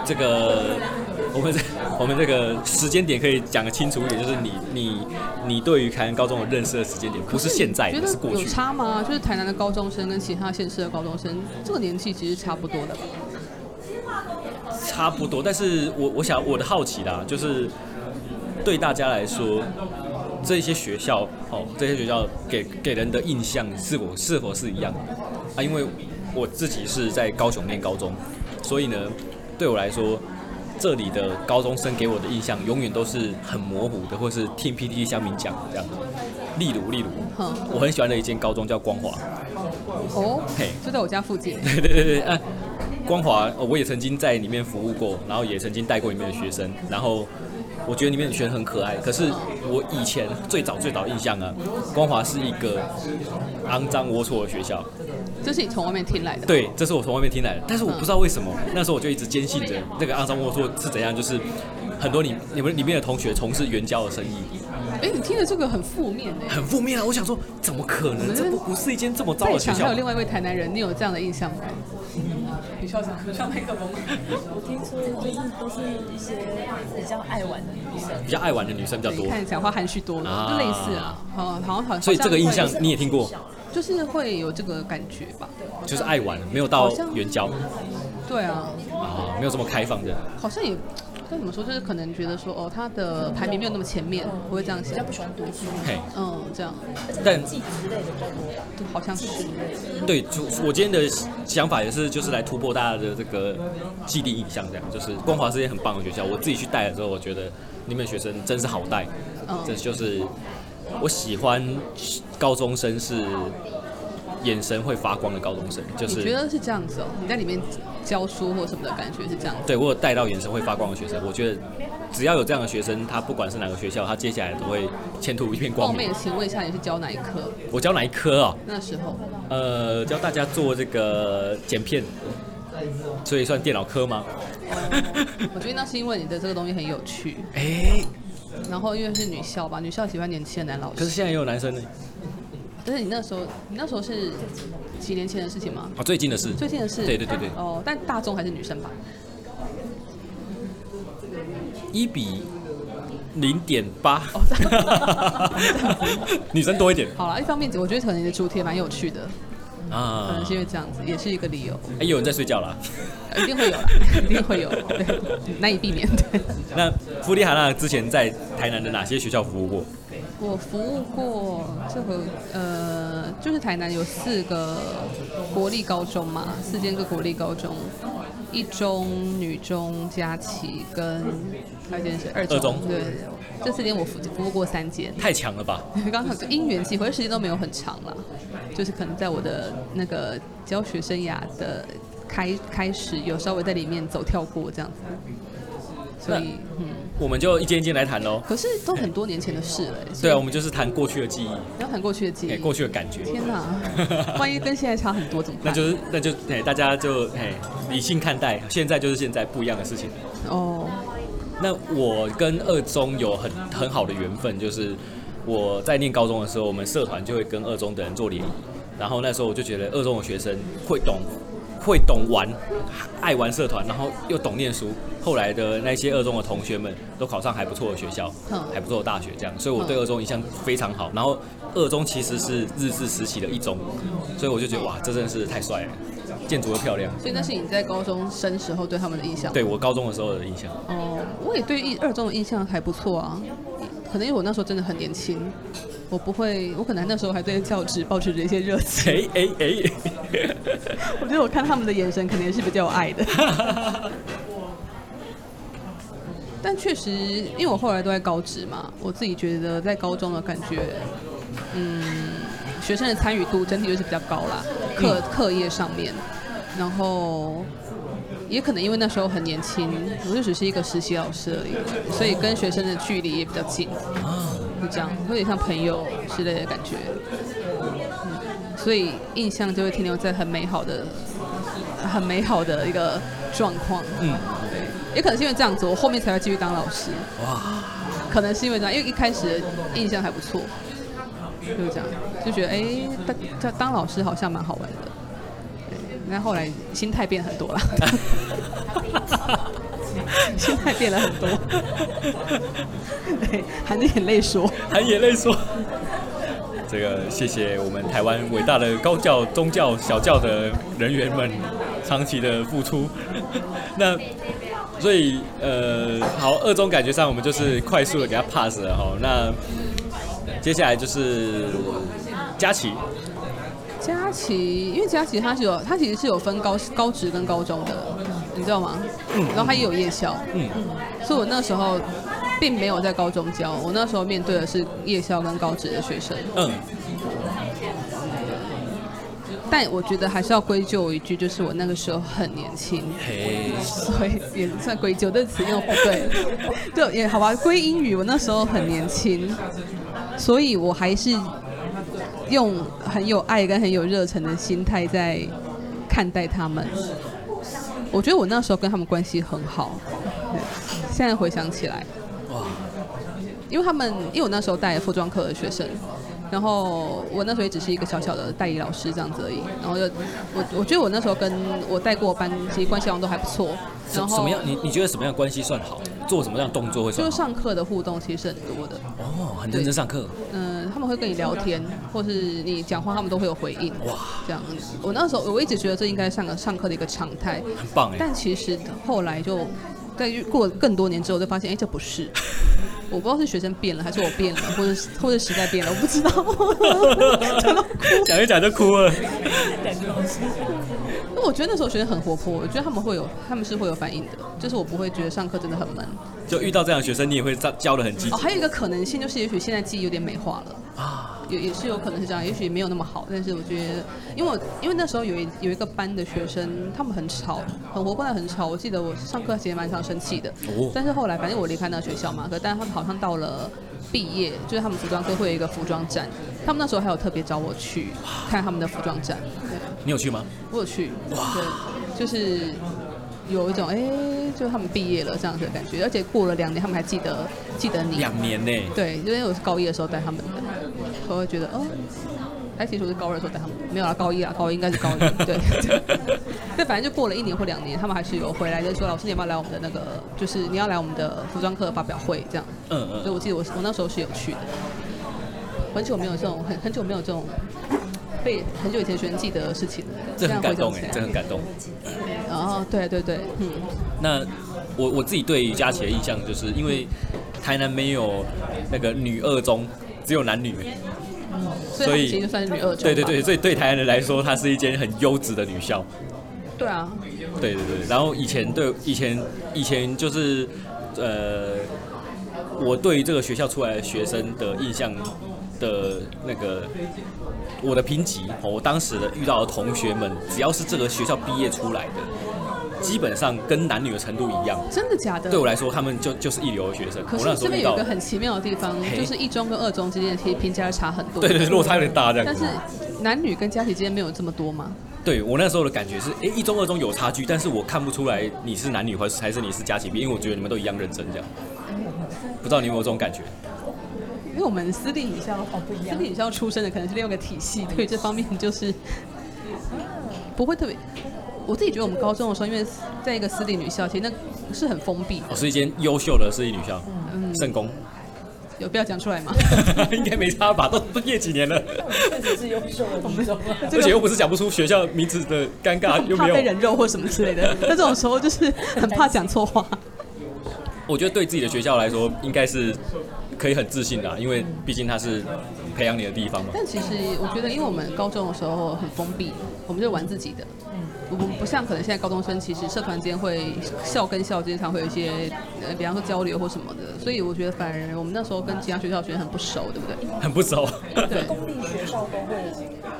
S2: 这个， 我们这我们这个时间点可以讲得清楚一点，就是你你你对于台南高中的认识的时间点，不是现在，
S3: 觉
S2: 是
S3: 得
S2: 过
S3: 有
S2: 去。
S3: 差吗？就是台南的高中生跟其他县市的高中生，这个年纪其实差不多的吧？
S2: 差不多，但是我我想我的好奇啦，就是对大家来说，这些学校哦，这些学校给给人的印象是否是否是一样的啊？因为我自己是在高雄念高中，所以呢，对我来说，这里的高中生给我的印象永远都是很模糊的，或是听 PTT 乡民讲的这样。例如，例如
S3: 哼，
S2: 我很喜欢的一间高中叫光华，
S3: 哦
S2: 嘿，
S3: 就在我家附近。
S2: 对对对对，啊，光华、呃我也曾经在里面服务过，然后也曾经带过里面的学生，然后我觉得里面的学生很可爱。可是我以前最早最早印象啊，光华是一个肮脏龌龊的学校，
S3: 这是你从外面听来的。
S2: 对，这是我从外面听来的，但是我不知道为什么，那时候我就一直坚信着那个肮脏龌龊是怎样，就是很多你你们里面的同学从事援交的生意，
S3: 哎，你听的这个很负面哎。
S2: 很负面啊！我想说，怎么可能？这不不是一间这么糟
S3: 在
S2: 的学
S3: 场还
S2: 校嗯
S3: 有。另外一位台南人，你有这样的印象吗？你校长，你校麦克风。
S1: 我听说就是都是一些比较爱玩的女生，
S2: 比较爱玩的女生比较
S3: 你
S2: 多，
S3: 看讲话含蓄多了，
S2: 啊
S3: 就类似啊，哦，好像好像。
S2: 所以这个印象
S3: 好像会
S2: 你也听过，
S3: 就是会有这个感觉吧？
S2: 就是爱玩，没有到
S3: 好像
S2: 援交
S3: 对啊，
S2: 啊，没有这么开放的。
S3: 好像也。该怎么说？就是可能觉得说，哦，他的排名没有那么前面，我会这样
S1: 比
S3: 想
S1: 较。不喜欢读书，
S2: 嘿，
S3: 嗯，这样，
S2: 但
S1: 记之类的比较多吧。
S3: 对，好像是。
S2: 对，就我今天的想法也是，就是来突破大家的这个既定印象，这样就是光华是一间很棒的学校。我自己去带的时候，我觉得你们学生真是好带，
S3: 嗯
S2: 这就是我喜欢高中生是眼神会发光的高中生，就
S3: 你觉
S2: 是
S3: 得是这样子哦？你在里面教书或什么的感觉是这样子？
S2: 对我有带到眼神会发光的学生。我觉得只要有这样的学生，他不管是哪个学校，他接下来都会前途一片
S3: 冒
S2: 光
S3: 昧
S2: 明
S3: 的。请问一下，你是教哪一科？
S2: 我教哪一科啊？
S3: 那时候
S2: 呃，教大家做这个剪片，所以算电脑科吗？
S3: 我觉得那是因为你的这个东西很有趣，
S2: 哎、
S3: 然后因为是女校吧，女校喜欢年轻的男老
S2: 可是
S3: 师。
S2: 现在也有男生呢。
S3: 但是你那时候，你那时候是几年前的事情吗？
S2: 哦，最近的事，
S3: 最近的事。
S2: 对对对对
S3: 哦，但大众还是女生吧？
S2: 一比零点八，
S3: 哦这样
S2: 女生多一 点
S3: 好了，一方面我觉得可能你的主题也蛮有趣的，可
S2: 啊
S3: 能是。因为这样子，也是一个理由，
S2: 哎，有人在睡觉了。
S3: 一定会 有啦，一定会有，对，难以避免。对，
S2: 那弗利哈娜之前在台南的哪些学校服务过？
S3: 我服务过这个呃，就是台南有四个国立高中嘛，四间个国立高中，一中、女中、佳琪跟还有一间是二中，
S2: 二中
S3: 对，这四间我服服务过三间。
S2: 太强了吧！
S3: 刚好就因缘际会，时间都没有很长啦，就是可能在我的那个教学生涯的开开始，有稍微在里面走跳过这样子，所以嗯，
S2: 我们就一间一间来谈喽。
S3: 可是都很多年前的事了、欸，所
S2: 对
S3: 以
S2: 啊，我们就是谈过去的记忆，
S3: 要很过去的记忆
S2: 哎，。过去的感觉。
S3: 天哪，万一跟现在差很多怎么
S2: 那
S3: 办？
S2: 就是那就哎，大家就哎理性看待，现在就是现在，不一样的事情。
S3: 哦，
S2: 那我跟二中有很很好的缘分，就是我在念高中的时候，我们社团就会跟二中的人做联谊，然后那时候我就觉得二中的学生会懂。 会懂玩，爱玩社团，然后又懂念书。后来的那些二中的同学们都考上还不错的学校
S3: 嗯，
S2: 还不错的大学，这样，所以我对二中印象非常好。然后二中其实是日治时期的一中，所以我就觉得哇，这真的是太帅了，建筑又漂亮。
S3: 所以那是你在高中生时候对他们的印象。
S2: 对我高中的时候的印象，
S3: 哦，我也对一二中的印象还不错啊，可能因为我那时候真的很年轻，我不会，我可能那时候还对教职保持着一些热情。
S2: 哎哎哎。
S3: 我觉得我看他们的眼神肯定是比较有爱的。但确实，因为我后来都在高职嘛，我自己觉得在高中的感觉，嗯，学生的参与度整体就是比较高啦，课课业上面，然后也可能因为那时候很年轻，我就只是一个实习老师而已，所以跟学生的距离也比较近，就这样，有点像朋友之类的感觉。所以印象就会停留在很美好的、很美好的一个状况。
S2: 嗯，
S3: 对，也可能是因为这样子，我后面才会继续当老师。
S2: 哇，
S3: 可能是因为这样，因为一开始印象还不错，就是这样，就觉得哎，当当当老师好像蛮好玩的。对那后来心态变很 多了，心态变了很多，对，含着眼泪说。
S2: 含眼泪说：“这个谢谢我们台湾伟大的高教、宗教、小教的人员们长期的付出。那所以呃，好，二中感觉上我们就是快速的给他 pass 了哈。那接下来就是佳琪，
S3: 佳琪，因为佳琪她是有，她其实是有分高高职跟高中的，你知道吗？然后她也有夜校，
S2: 嗯，
S3: 所以我那时候并没有在高中教，我那时候面对的是夜校跟高职的学生，
S2: 嗯，
S3: 但我觉得还是要归咎一句，就是我那个时候很年轻，
S2: 嘿，
S3: 所以也算归咎，这词用不对，对也好吧，归因于我那时候很年轻，所以我还是用很有爱跟很有热忱的心态在看待他们。我觉得我那时候跟他们关系很好，对现在回想起来，
S2: 哇，
S3: 因为他们因为我那时候带服装课的学生，然后我那时候也只是一个小小的代理老师这样子而已，然后就我我觉得我那时候跟我带过的班其实关系好像都还不错，然
S2: 什
S3: 后
S2: 什么样？你你觉得什么样的关系算好？做什么样的动作会
S3: 就
S2: 算
S3: 是
S2: 好？
S3: 上课的互动其实是很多的，
S2: 哦，很认真上课，
S3: 嗯、他们会跟你聊天，或是你讲话，他们都会有回应。
S2: 哇，
S3: 这样子，我那时候我一直觉得这应该上个上课的一个常态，
S2: 很棒哎
S3: 但。其实后来就在过了更多年之后，就发现哎、这不是。我不知道是学生变了，还是我变了，或者是或者时代变了，我不知道。 讲到哭，
S2: 讲一讲就哭了。
S3: 因为我觉得那时候学生很活泼，我觉得他们会有，他们是会有反应的，就是我不会觉得上课真的很闷。
S2: 就遇到这样的学生，你也会教教的很积
S3: 哦，
S2: 极
S3: 还有一个可能性就是，也许现在记忆有点美化了。
S2: 啊。
S3: 也也是有可能是这样，也许没有那么好，但是我觉得，因为我因为那时候有一有一个班的学生，他们很吵，很活泼但很吵。我记得我上课其实蛮常生气的，
S2: 哦
S3: 但是后来反正我离开那个学校嘛，可但他们好像到了毕业，就是他们服装科会有一个服装展，他们那时候还有特别找我去看他们的服装展，对
S2: 你有去吗？
S3: 我有去，对，就是有一种哎、就他们毕业了这样子的感觉，而且过了两年，他们还记得记得你，
S2: 两年呢、
S3: 对，因为我是高一的时候带他们的，所以我会觉得哦，哎，其实我是高二的时候带他们，没有啦，高一啊啦，高一应该是高 一，对。对，反正就过了一年或两年，他们还是有回来，就说老师你要不要来我们的那个，就是你要来我们的服装课发表会这样。
S2: 嗯
S3: 所以
S2: 嗯，
S3: 我记得我我那时候是有去的，很久没有这种很很久没有这种被很久以前学生记得的事情了，
S2: 这很
S3: 样
S2: 感
S3: 回想
S2: 动哎、
S3: 起来
S2: 这。很感动。
S3: 哦，对对对，嗯，
S2: 那我我自己对于佳琪的印象，就是因为台南没有那个女二中，只有男女。
S3: 所以他
S2: 所
S3: 们
S2: 以
S3: 其实就算是女二中。
S2: 对对对，，所以对台南人来说，它是一间很优质的女校。
S3: 对啊，
S2: 对对对，然后以前对以前以前就是呃，我对于这个学校出来的学生的印象的那个我的评级，哦我当时的遇到的同学们，只要是这个学校毕业出来的，基本上跟男女的程度一样。
S3: 真的假的？
S2: 对我来说，他们就就是一流的学生。
S3: 可
S2: 我那
S3: 是
S2: 时
S3: 这
S2: 候
S3: 边
S2: 遇
S3: 有一
S2: 到
S3: 个，很奇妙的地方，
S2: 嘿
S3: 就是一中跟二中之间的其实评价差很多。
S2: 对对对，落差有点大这样
S3: 但
S2: 子
S3: 是。男女跟家庭之间没有这么多吗？
S2: 对我那时候的感觉是，哎，一中二中有差距，但是我看不出来你是男女还是还是你是家庭因为我觉得你们都一样认真这样。不知道你有没有这种感觉？
S3: 因为我们私立女校哦不一样，私立女校出身的可能是另外一个体系，对于这方面就是不会特别。我自己觉得我们高中的时候，因为在一个私立女校，其实那是很封闭的
S2: 哦，，是一间优秀的私立女校，
S3: 嗯
S2: 圣公，
S3: 有必要讲出来吗？
S2: 应该没差吧？都毕业几年了，
S1: 确实是优秀的女中啊。
S3: 这
S2: 而且
S3: 个
S2: 又不是讲不出学校名字的尴尬，啊又
S3: 怕
S2: 没
S3: 被
S2: 有。
S3: 人肉或什么之类的，那这种时候就是很怕讲错话。
S2: 我觉得对自己的学校来说，应该是可以很自信的啊，因为毕竟它是培养你的地方嘛。
S3: 但其实我觉得，因为我们高中的时候很封闭，我们就玩自己的。我们不像可能现在高中生，其实社团间会校跟校之间常会有一些，呃，比方说交流或什么的，所以我觉得反而我们那时候跟其他学校学生很不熟，对不对？
S2: 很不熟，
S3: 对
S1: 公立学校都会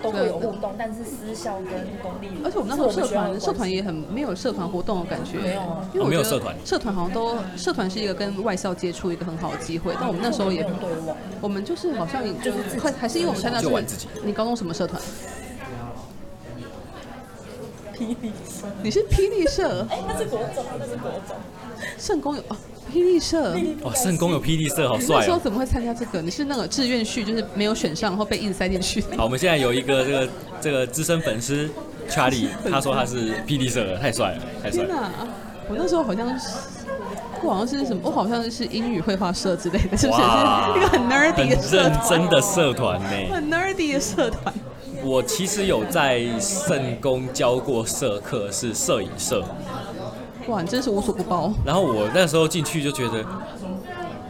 S1: 都会有互动，但是私校跟公立，
S3: 而且我们那时候社
S1: 这
S3: 团
S1: 是我
S3: 社
S1: 们学校的关
S3: 团
S1: 系
S3: 也很没有社团活动的感觉，
S1: 没有啊
S3: 因为
S2: 哦
S3: 我
S2: 没有
S3: 觉得
S2: 社团
S3: 社团好像都社团是一个跟外校接触一个很好的机会，但我们那时候也
S1: 没有对外。
S3: 我们就是好像也就快，还是因为我们参加
S2: 就是玩自己
S3: 你高中什么社团？
S1: 霹雳社，
S3: 你是霹雳社、
S1: 哎，那是国中，那是国中。
S3: 圣公有哦，霹雳社。
S2: 哇，圣公有霹雳社，好
S3: 那
S2: 帅
S3: 时候
S2: 哦！
S3: 怎么会参加这个？你是那个志愿序，就是没有选上，然后被硬塞进去。
S2: 好，我们现在有一个这个这个资深粉丝 Charlie，他说他是霹雳社的，太帅了，太帅
S3: 天
S2: 了。
S3: 哪！我那时候好像是，我好像是什么？我好像是英语绘画社之类的，是不是？
S2: 哇
S3: 是一个很 nerdy
S2: 很
S3: 的社
S2: 认
S3: 团，
S2: 真的社团呢。
S3: 很 nerdy 的社团。
S2: 我其实有在圣公教过社课，是摄影社。
S3: 哇，你真是无所不包。
S2: 然后我那时候进去就觉得，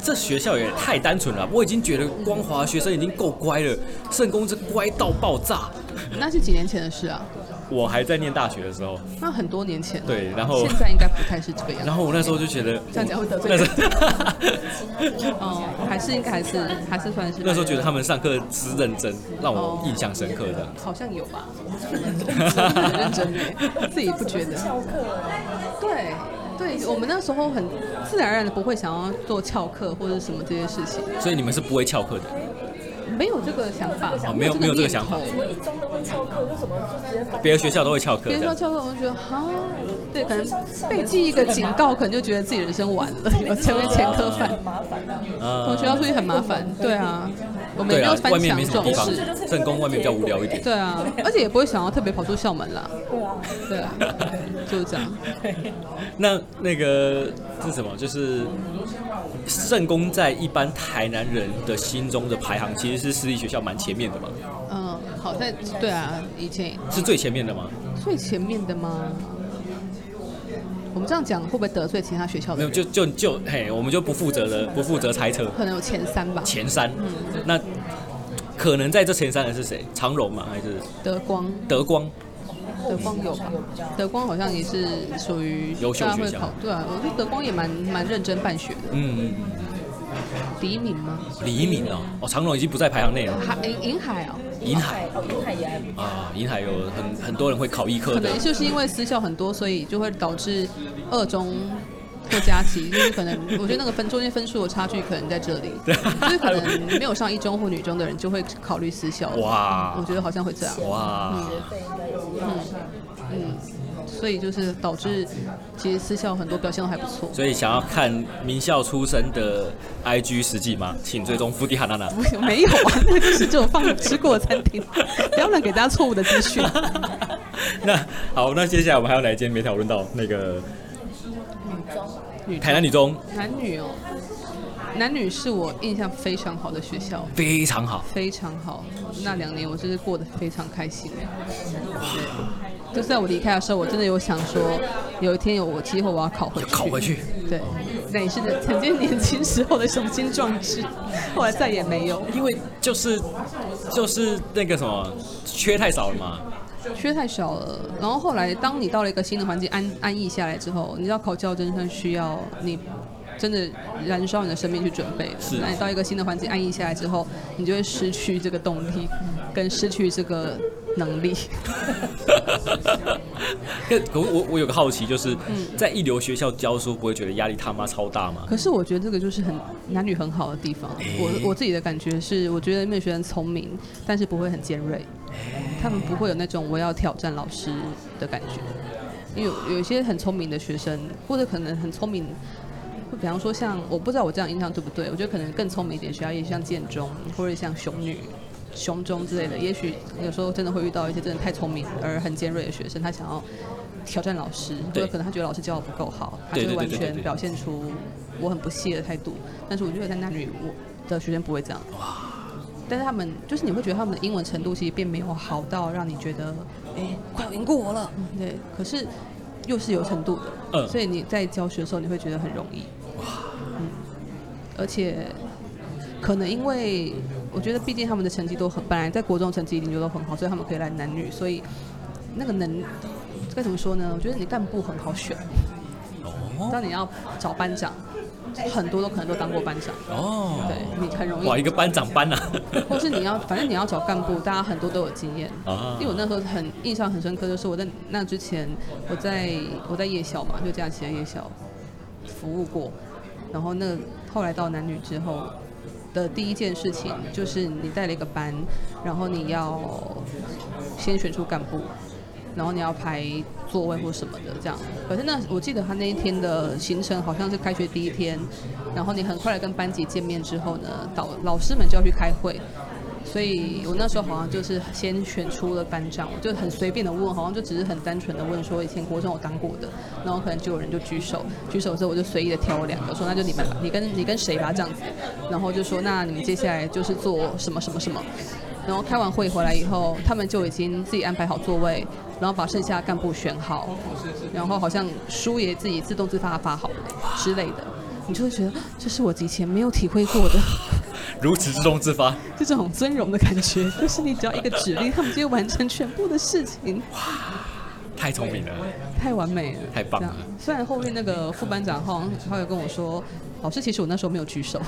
S2: 这学校也太单纯了吧。我已经觉得光华学生已经够乖了，圣公是乖到爆炸。
S3: 那是几年前的事啊？
S2: 我还在念大学的时候，
S3: 那很多年前了，
S2: 对然后
S3: 现在应该不太是这个样子
S2: 然。后我那时候就觉得，
S3: 这样讲会得罪
S2: 那时
S3: 人。
S2: 候
S3: 哦，还是应该还是还是算是
S2: 那时候觉得他们上课之认真，让我印象深刻这样。
S3: 好像有吧，很认真耶，自己不觉得。
S1: 翘课哎，
S3: 对对，我们那时候很自然而然的不会想要做翘课或者什么这些事情，
S2: 所以你们是不会翘课的，
S3: 没有这个想法，
S2: 哦没有没有这个
S3: 念
S2: 想法
S3: 头
S1: 我一中都会翘课，为什么就直接翻
S2: 别的学校都会翘课
S3: 别人说
S2: 的。
S3: 翘课，我就觉得哈，啊对，可能被记一个警告，可能就觉得自己人生完了，有成为前科犯。
S2: 嗯
S1: 很麻烦啊的？
S3: 从学校出去很麻烦，对啊，我们也
S2: 呃对
S3: 没有
S2: 啊，
S3: 翻
S2: 外面
S3: 墙
S2: 没
S3: 这
S2: 什么
S3: 种
S2: 地方
S3: 事，，
S2: 正宫外面比较无聊一点。
S3: 对啊，而且也不会想要特别跑出校门啦，
S1: 对啊，
S3: 对啊，就是这样。
S2: 那那个是什么？就是正宫在一般台南人的心中的排行，其实是私立学校蛮前面的嘛，
S3: 嗯，好在对啊，以前
S2: 是最前面的吗？
S3: 最前面的吗？我们这样讲会不会得罪其他学校
S2: 没
S3: 的
S2: 有，
S3: 人？
S2: 就就就嘿，我们就不负责了，不负责猜测
S3: 可能有前三吧，
S2: 前三。
S3: 嗯
S2: 那可能在这前三的是谁？长荣吗？还是
S3: 德光，
S2: 德光？
S3: 德光有吧？德光好像也是属于
S2: 优秀
S3: 大家会
S2: 学校
S3: 考，对啊，我觉得德光也蛮蛮认真办学的。
S2: 嗯嗯，嗯
S3: 黎明吗？
S2: 李敏哦，哦，长荣已经不在排行内了。
S3: 海银银海哦，
S2: 银海
S1: 哦，银海也还不
S2: 啊，银海有很很多人会考医科
S3: 可
S2: 的
S3: 能，就是因为私校很多，所以就会导致二中或加旗， 就是可能我觉得那个分中间分数的差距可能在这 里，就是可能没有上一中或女中的人就会考虑私校。
S2: 哇
S3: 我觉得好像会这样，
S2: 哇，
S1: 对，应该也是
S3: 嗯，所以就是导致其实私校很多表现都还不错。
S2: 所以想要看名校出身的 IG 实际吗？请追踪福迪哈娜娜。
S3: 不是 没有啊，那就是这种放吃过的餐厅， 不要乱给大家错误的资讯。
S2: 那好，那接下来我们还有哪一间没讨论到？那个
S3: 女
S2: 台南女中
S3: 男女哦，男女是我印象非常好的学校，
S2: 非常好，
S3: 非常好。那两年我真是过得非常开心。对就在我离开的时候，我真的有想说，有一天有我机会我要考回去。
S2: 考回去。
S3: 对，那也是曾经年轻时候的雄心壮志，后来再也没有。
S2: 因为就是就是那个什么缺太少了嘛，
S3: 缺太少了。然后后来，当你到了一个新的环境安安逸下来之后，你知道考教真的需要你真的燃烧你的生命去准备的。
S2: 是
S3: 那你到一个新的环境安逸下来之后，你就会失去这个动力，跟失去这个能力。
S2: 那我我我有个好奇，就是
S3: 嗯
S2: 在一流学校教书，不会觉得压力他妈超大吗？哎
S3: 可是我觉得这个就是很男女很好的地方。我我自己的感觉是，我觉得面学生聪明，但是不会很尖锐，
S2: 哎
S3: 他们不会有那种我要挑战老师的感觉。因为有有一些很聪明的学生，或者可能很聪明，比方说像我不知道我这样印象对不对，我觉得可能更聪明一点的学校，也像建中或者像雄女。雄中之类的，也许有时候真的会遇到一些真的太聪明而很尖锐的学生，他想要挑战老师，或
S2: 对
S3: 者可能他觉得老师教的不够好，他
S2: 对
S3: 就会
S2: 对
S3: 完
S2: 对对
S3: 全
S2: 对
S3: 表现出我很不屑的态度。但是我觉得在男女我的学生不会这样。但是他们就是你会觉得他们的英文程度其实并没有好到让你觉得，哎、快要赢过我了。嗯对，可是又是有程度的，
S2: 嗯
S3: 所以你在教学的时候你会觉得很容易。哇，嗯，而且可能因为我觉得，毕竟他们的成绩都很，本来在国中成绩一定就都很好，所以他们可以来男女，所以那个能该怎么说呢？我觉得你干部很好选，
S2: 哦
S3: 当你要找班长，很多都可能都当过班长，对
S2: 哦，
S3: 你很容
S2: 哇，一
S3: 易，
S2: 个班长班 啊，
S3: 或是你要反正你要找干部，大家很多都有经验。
S2: 啊
S3: 因为我那时候很印象很深刻，就是我在那之前，我在我在夜校嘛，就假期的夜校服务过，然后那个后来到男女之后的第一件事情，就是你带了一个班，然后你要先选出干部，然后你要排座位或什么的这样。可是那我记得他那一天的行程好像是开学第一天，然后你很快的跟班级见面之后呢，导老师们就要去开会。所以我那时候好像就是先选出了班长，我就很随便的问，好像就只是很单纯的问说以前国中有当过的，然后可能就有人就举手，举手之后我就随意的挑了两个，说那就你们吧，你跟你跟谁吧这样子，然后就说那你们接下来就是做什么什么什么，然后开完会回来以后，他们就已经自己安排好座位，然后把剩下的干部选好，然后好像书也自己自动自发地发好之类的，你就会觉得啊这是我以前没有体会过的。
S2: 如此自动自发，
S3: 就这种尊荣的感觉，就是你只要一个指令，他们就会完成全部的事情。
S2: 太聪明了，
S3: 太完美了，
S2: 太棒了
S3: 这样。虽然后面那个副班长好像他有跟我说，老师，其实我那时候没有举手，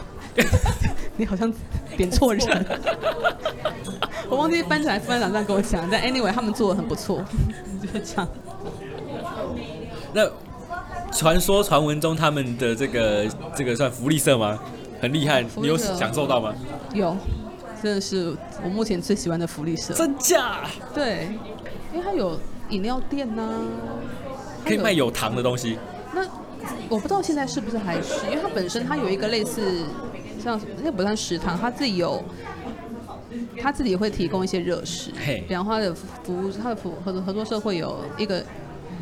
S3: 你好像点 错人。我忘记班长还是副班长这样跟我讲，但 anyway 他们做的很不错， 就是这样。
S2: 那传说传闻中他们的这个这个算福利社吗？很厉害，
S3: 福
S2: 你
S3: 利
S2: 有
S3: 社
S2: 享受到吗？
S3: 有，真的是我目前最喜欢的福利社。
S2: 真假？
S3: 对，因为它有饮料店啊呐、它
S2: 可以卖有糖的东西，
S3: 那我不知道现在是不是还是，因为它本身它有一个类似像什么，那不算食堂，它自己有，它自己会提供一些热食
S2: 嘿，
S3: 然后它的服务，它的服合合作社会有一个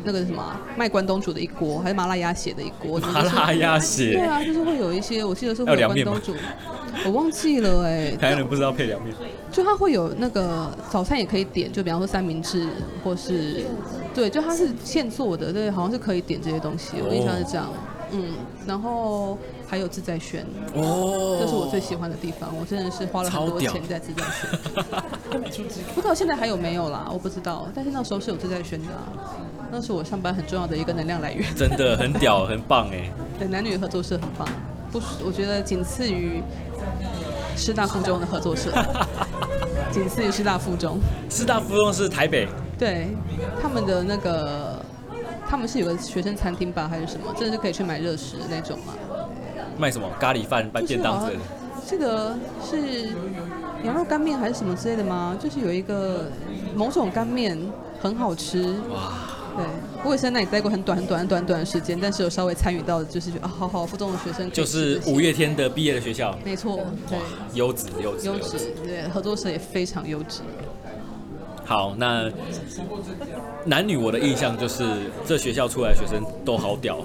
S3: 那个什么啊卖关东煮的一锅，还是麻辣鸭血的一锅，就是
S2: 麻辣鸭血
S3: 对啊，就是会有一些，我记得是
S2: 要
S3: 会有
S2: 凉
S3: 关
S2: 面吗
S3: 东煮，我忘记了哎、
S2: 台湾人不知道配凉面。
S3: 就它会有那个早餐也可以点，就比方说三明治或是，对，就它是现做的，对，好像是可以点这些东西，我印象是这样。嗯，然后还有自在轩，
S2: 哦
S3: 这是我最喜欢的地方，我真的是花了很
S2: 超
S3: 多
S2: 屌
S3: 钱在自在
S2: 哦
S3: 轩，
S1: 要买出纸。
S3: 不知道现在还有没有啦，我不知道，但是那时候是有自在轩的、啊，那是我上班很重要的一个能量来源。
S2: 真的很屌，很棒哎！
S3: 对，男女合作社很棒，不是，我觉得仅次于师大附中的合作社，仅次于师大附中。
S2: 师大附中是台北，
S3: 对，他们的那个，他们是有个学生餐厅吧，还是什么？真的是可以去买热食的那种嘛？
S2: 卖什么咖喱饭、卖
S3: 就是啊
S2: 便当
S3: 好
S2: 之类的，
S3: 像记得是羊肉干面还是什么之类的吗？就是有一个某种干面很好吃。哇！对，我也是在那里待过很短、很短、很短、很短的时间，但是有稍微参与到，就是觉得啊，好好，附中的学生可以
S2: 就
S3: 吃
S2: 是
S3: 这些
S2: 五月天的毕业的学校，
S3: 没错，对，
S2: 优质优质
S3: 优质，对，合作社也非常优质。
S2: 好，那男女我的印象就是这学校出来的学生都好屌，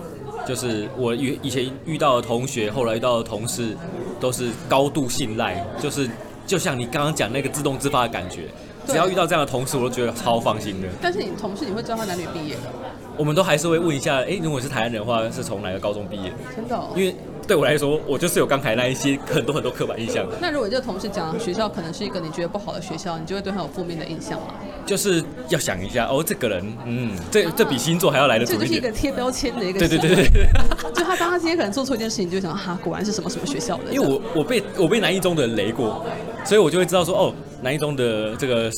S2: 就是我以以前遇到的同学，后来遇到的同事，都是高度信赖，就是就像你刚刚讲那个自动自发的感觉。
S3: 对
S2: 只要遇到这样的同事，我都觉得超放心的。
S3: 但是你同事你会知道他男女毕业的，
S2: 我们都还是会问一下，诶，如果是台湾人的话，是从哪个高中毕业？
S3: 真的、哦。
S2: 因为对我来说，我就是有刚才那一些很多很多刻板印象，
S3: 那如果这个同事讲学校可能是一个你觉得不好的学校，你就会对他有负面的印象吗？
S2: 就是要想一下哦，这个人，嗯，这这比星座还要来得
S3: 这
S2: 准
S3: 就
S2: 一
S3: 是一
S2: 点
S3: 个。贴标签的一个
S2: 对
S3: 行
S2: 对
S3: 为。
S2: 对对对，
S3: 就他当他今天可能做错一件事情，你就会想哈、果然是什么什么学校的。
S2: 因为我我被我被南一中的人雷过，所以我就会知道说哦，南一中的这个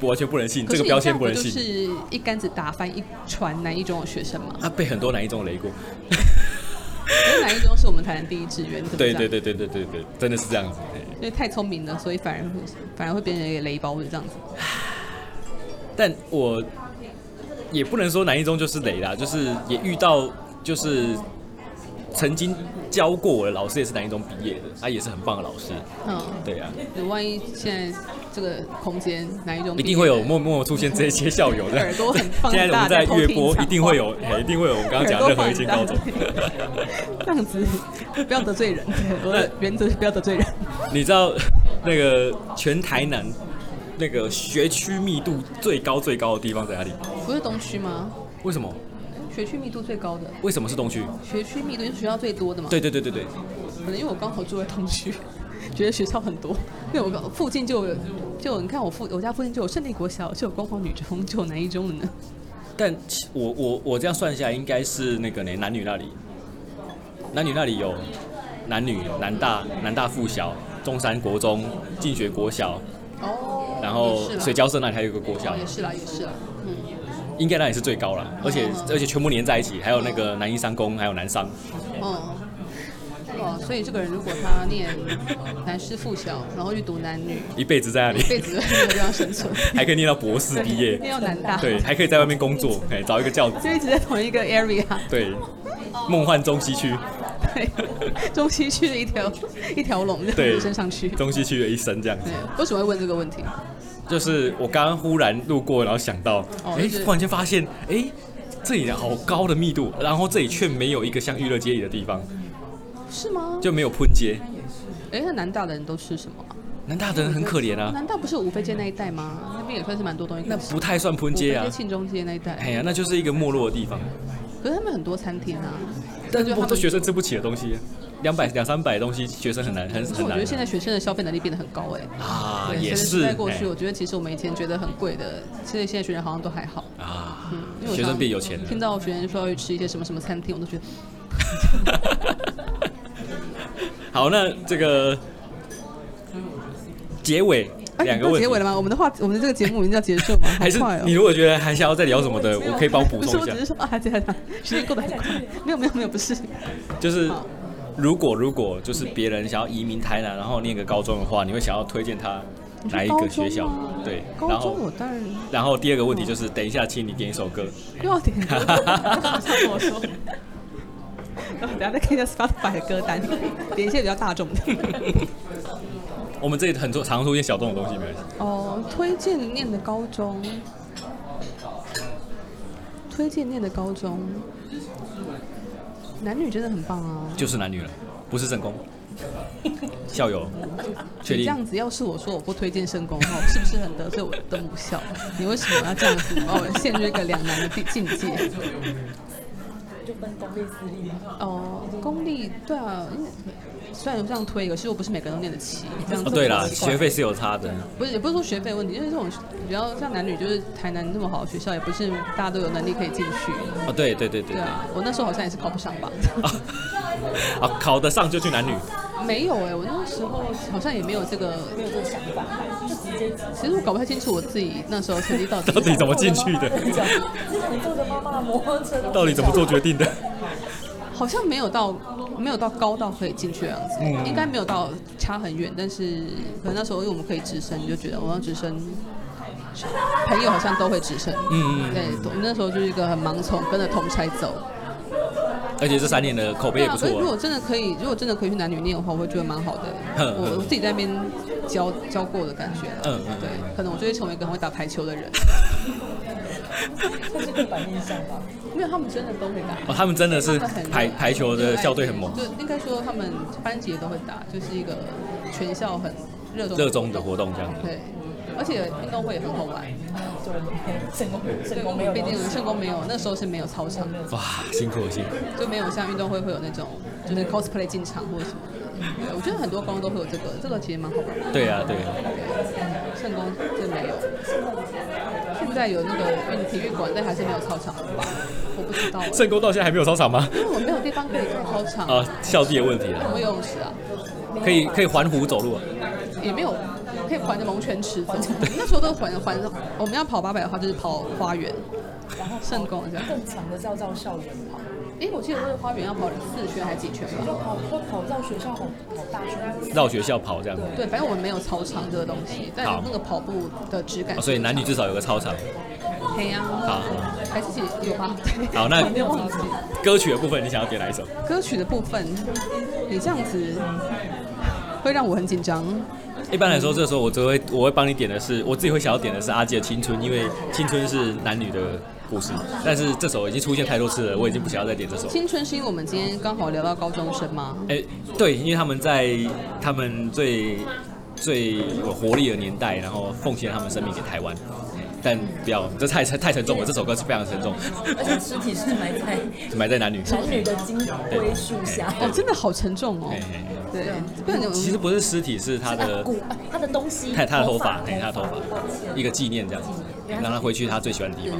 S2: 我完全不能信，
S3: 可
S2: 这
S3: 是
S2: 个
S3: 你
S2: 标
S3: 这
S2: 签
S3: 样
S2: 不能
S3: 就
S2: 信。
S3: 是一竿子打翻一船南一中的学生嘛？
S2: 啊，被很多南一中雷过，
S3: 因为南一中是我们台南第一志愿，
S2: 对
S3: 对
S2: 对对对对对对，真的是这样子。嘿
S3: 因为太聪明了，所以反而会反而会被人给雷包的这样子。
S2: 但我也不能说南一中就是雷啦，就是也遇到就是曾经教过我的老师也是南一中毕业的，他也是很棒的老师。
S3: 嗯，
S2: 对啊，
S3: 你万一现在这个空间南一中
S2: 一
S3: 毕业
S2: 定会有
S3: 的
S2: 默默出现这些校友的。
S3: 耳朵很放大
S2: 现在我们在
S3: 在偷
S2: 月
S3: 听
S2: 播，
S3: 讲
S2: 一定会有，哎一定会有我们刚刚讲的任何一间高 中。
S3: 这样子，不要得 罪人。我的原则是不要得罪人。
S2: 你知道那个全台南那个学区密度最高最高的地方在哪里？
S3: 不是东区吗？
S2: 为什么？
S3: 学区密度最高的，
S2: 为什么是东区？
S3: 学区密度就是学校最多的嘛。，
S2: 对对对对对，
S3: 可能因为我刚好住在东区， 觉得学校很多。因为我刚附近就有，就有你看我附我家附近就有胜利国小，就有光华女中，就有南一中了呢。
S2: 但其我我我这样算下来，应该是那个呢男女那里，男女那里有男女南大、南大附小、中山国中、进学国小，
S3: 哦
S2: 然后水交社那里还有一个国小
S3: 也，是啦，也是啦，嗯，
S2: 应该那里是最高了，而且
S3: 嗯
S2: 而且全部连在一起，还有那个南一三公，还有南商，
S3: 哦。哦，所以这个人如果他念南师附小，然后去读南女，
S2: 一辈子在那里
S3: 一，辈子在那个地方生存，
S2: 还可以念到博士 毕业
S3: 一，定要南 大。
S2: 对，还可以在外面工作，哎，找一个教
S3: 就一直在同一个 area，
S2: 对，梦幻中西区，
S3: 对，中西区的一条一条龙这
S2: 对
S3: 样升上去。
S2: 中西区的一生这样子
S3: 对。，为什么会问这个问题？
S2: 就是我刚刚忽然路过，然后想到，哎、
S3: 哦就是
S2: 突然间发现，哎、这里好高的密度，然后这里却没有一个像娱乐街里的地方，
S3: 是吗？
S2: 就没有喷街。
S3: 哎，那南大的人都吃什么啊？
S2: 南大的人很可怜啊，
S3: 南大不是五妃街那一带吗？那边也算是蛮多东西可
S2: 那
S3: 以吃。
S2: 不太算喷
S3: 五妃
S2: 街啊
S3: 街、。庆中街那一带。
S2: 哎呀，那就是一个没落的地方。
S3: 可可是他们很多餐厅啊，
S2: 但是都学生吃不起的东西，两百两三百的东西，学生很难很
S3: 可是
S2: 很
S3: 我觉
S2: 难
S3: 得现在学生的消费能力变得很高哎、
S2: 啊，
S3: 对
S2: 也
S3: 所以
S2: 是
S3: 在过去，
S2: 哎
S3: 我觉得其实我们以前觉得很贵的，其实现在学生好像都还好。
S2: 啊
S3: 嗯，因为，我
S2: 学
S3: 常
S2: 生变有钱
S3: 听
S2: 了，
S3: 到学生说要去吃一些什么什么餐厅，我都觉得
S2: 好，那这个结尾
S3: 哎，
S2: 两个
S3: 到
S2: 问
S3: 结
S2: 题
S3: 尾。了吗？我们的话， 我们的这个节目已经要结束 吗？好
S2: 还是
S3: 快哦！
S2: 你如果觉得还想要再聊什么的，我可以帮我补
S3: 不是，
S2: 充一
S3: 我只
S2: 下。
S3: 是说啊，这样这样时间过得很快。 没有没有没有，不是。
S2: 就是
S3: 好
S2: 如果如果就是别人想要移民台南，然后念个高中的话，你会想要推荐他
S3: 你说
S2: 哪一
S3: 高
S2: 个
S3: 中
S2: 学校
S3: 吗？
S2: 对，然
S3: 高中我
S2: 后
S3: 当然
S2: 然后第二个问题就是，等一下，请你点一首歌。
S3: 又要点歌，
S1: 跟我说，
S3: 然后等一下再看一下 Spotify 的歌单， 点一些比较大众的。
S2: 我们这里很多常出现小众的东西，没关系。
S3: 哦，推荐念的高中，推荐念的高中，男女真的很棒啊！
S2: 就是男女了，不是正宫，校友，确
S3: 你 这样
S2: 定？
S3: 子，要是我说我不推荐圣公的话，我是不是很得罪我的登母校？ 你为什么要这样子把我陷入一个两难的地境界？
S1: 就分公立私立嘛。
S3: 哦，公立对啊，因为虽然有这样推，可是我不是每个人都念得起。这样
S2: 哦，
S3: 子
S2: 对啦，
S3: 很奇怪
S2: 学费是有差的，
S3: 不是也不是说学费问题，因为这种比较像男女，就是台南这么好的学校，也不是大家都有能力可以进去。
S2: 哦，对对对对
S3: 对
S2: 对，
S3: 啊，我那时候好像也是考不上吧？
S2: 啊，考得上就去 男女，
S3: 没有哎、我那时候好像也没有这个，
S1: 没有这个想法，就直接
S3: 其实我搞不太清楚我自己那时候成绩到 底
S2: 到底怎么
S1: 坐着
S2: 进去的
S1: 妈妈之前坐着妈妈的摩托车，
S2: 到底怎么做决定的？
S3: 好像没有到没有到高到可以进去的样子，
S2: 嗯
S3: 应该没有到差很远，但是可能那时候因为我们可以直升，就觉得我要直升。朋友好像都会直升，
S2: 嗯嗯嗯
S3: 对，我们那时候就是一个很盲从，跟着同差走。
S2: 而且这三年的口碑也不
S3: 可是如果
S2: 错，啊
S3: 真的啊可以，如果真的可以去男女念的话，我会觉得蛮 好的。
S2: 嗯嗯
S3: 我我自己在那边教教过的感觉了，啊
S2: 嗯嗯嗯
S3: 对，可能我就会成为一个很会打排球的人。
S1: 这是刻板印象吧？
S3: 没有，他们真的都会打。
S2: 哦，他们真的是
S3: 他们很
S2: 排排球的校队很猛
S3: 就，应该说他们班级也都会打，就是一个全校很热衷
S2: 热衷的活动这样子。
S3: 对，而且运动会也很好玩。
S1: 就成功成
S3: 对，
S1: 功
S3: 我
S1: 没有
S3: 们
S1: 东
S3: 毕
S1: 西，
S3: 竟圣公没有，那时候是没有操场，
S2: 哇，辛苦了辛苦了，
S3: 就没有像运动会会有那种就是 cosplay 进场或者什么的。对，我觉得很多高中都会有这个，这个其实蛮好玩的。
S2: 对啊对啊，
S3: 圣公真没有，现在有那个运体育馆，但还是没有操场吧？我不知道，
S2: 圣宫到现在还没有操场吗？
S3: 因为我没有地方可以做操场，
S2: 啊，校地的问题
S3: 我
S2: 啊，
S3: 有游泳池啊。
S2: 可以可以环湖走路啊，
S3: 也没有可以环着蒙泉池走，那时候都环环着，我们要跑八百的话就是跑花园，
S1: 然后
S3: 圣公这样。
S1: 更强的是要绕校园跑，
S3: 诶，我记得那个花园要跑四圈还是几圈吧？
S1: 要跑要跑绕学校跑跑大圈，
S2: 绕学校跑这样子。
S3: 对，反正我们没有操场这个东西，但
S2: 好
S3: 那个跑步的质感、
S2: 哦所以男女至少有个操场。啊
S3: 黑呀、
S2: 好，
S3: 还是有吧？
S2: 好那
S3: 我没有忘记
S2: 歌曲的部分你想要点哪一首？
S3: 歌曲的部分，你这样子会让我很紧张。
S2: 一般来说，这时候我只会我会帮你点的是，我自己会想要点的是阿姐的《青春》，因为青春是男女的故事。但是这首已经出现太多次了，我已经不想要再点这首。
S3: 青春是因为我们今天刚好聊到高中生吗？
S2: 哎、对，因为他们在他们最最有活力的年代，然后奉献他们生命给台湾。但不要，这太太沉重了，这首歌是非常沉重，
S1: 而且尸体是埋在
S2: 埋在男女。
S1: 男女的金龟树下。
S3: 哦，真的好沉重哦
S2: 哎。哎
S3: 对，不然我们
S2: 其实不是尸体，是他
S1: 啊
S2: 的
S1: 骨，他的东西，
S2: 他呃他的头发，哎，
S1: 哎，
S2: 他的头
S1: 抱歉
S2: 发，一个纪念这样子，让他回去他最喜欢的地方。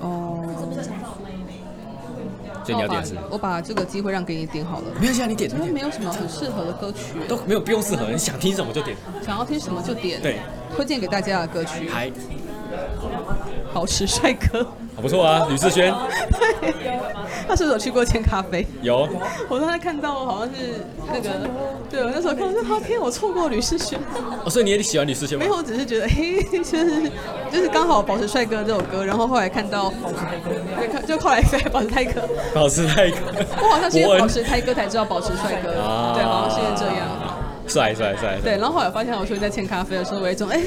S3: 哦。
S2: 所以你要点是
S3: 那？我把我把这个机会让给你点好了，
S2: 没有现在你点
S3: 因为没有什么很适合的歌曲，
S2: 都没有不用适合，你想听什么就点。
S3: 想要听什么就点。
S2: 对，
S3: 推荐给大家的歌曲，
S2: 还
S3: 保持帅哥。
S2: 好不错啊，吕志轩
S3: 对，他是不是有去过千咖啡？
S2: 有，
S3: 我刚才看到好像是那个，对我那时候看到，他天，我错过吕世轩，
S2: 哦，所以你也喜欢吕志轩吗
S3: 没？有，我只是觉得嘿，就是就是刚好保持帅哥这首歌，然后后来看到，对，看就后来对保持泰哥，
S2: 保持泰哥，
S3: 我好像是因
S2: 伯
S3: 为
S2: 恩
S3: 保持泰哥才知道保持帅哥，
S2: 啊
S3: 对，好像是因为这样。
S2: 帅帅帅。
S3: 对，然后后来发现我说在欠咖啡的时候，我有一种哎，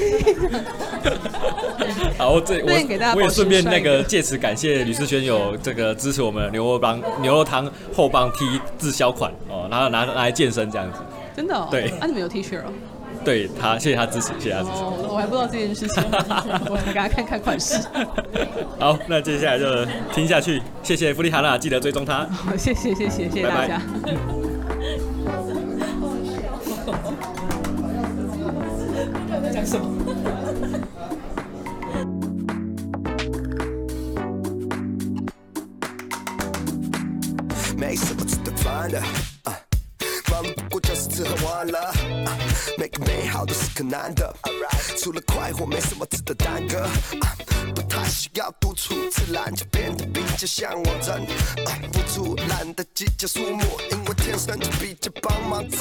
S2: 好，我这
S3: 推荐给大家
S2: 我我也
S3: 保持
S2: 顺便那
S3: 帅
S2: 个
S3: 哥
S2: 借此感谢吕志轩有这个支持我们牛肉帮牛肉汤后帮 T 滞销款哦，然后拿拿来健身这样子。
S3: 真的、哦，
S2: 对
S3: 啊，你们有 T 恤哦，
S2: 对他，谢谢他支持，谢谢他支持。
S3: 哦，我还不知道这件 事情，我来给他看看款式。
S2: 好，那接下来就听下去，谢谢弗利哈娜，记得追踪他。
S3: 好，谢谢谢谢谢谢大家。
S1: 在讲什么？
S5: 没什么值得烦的。啊忙碌不过就是吃喝玩乐，啊每个美好都是个难的。除了快活，没什么值得耽搁。啊不太需要独处自然，就变得比较像我人。啊不足懒得计较数目，因为天生就比较帮忙整。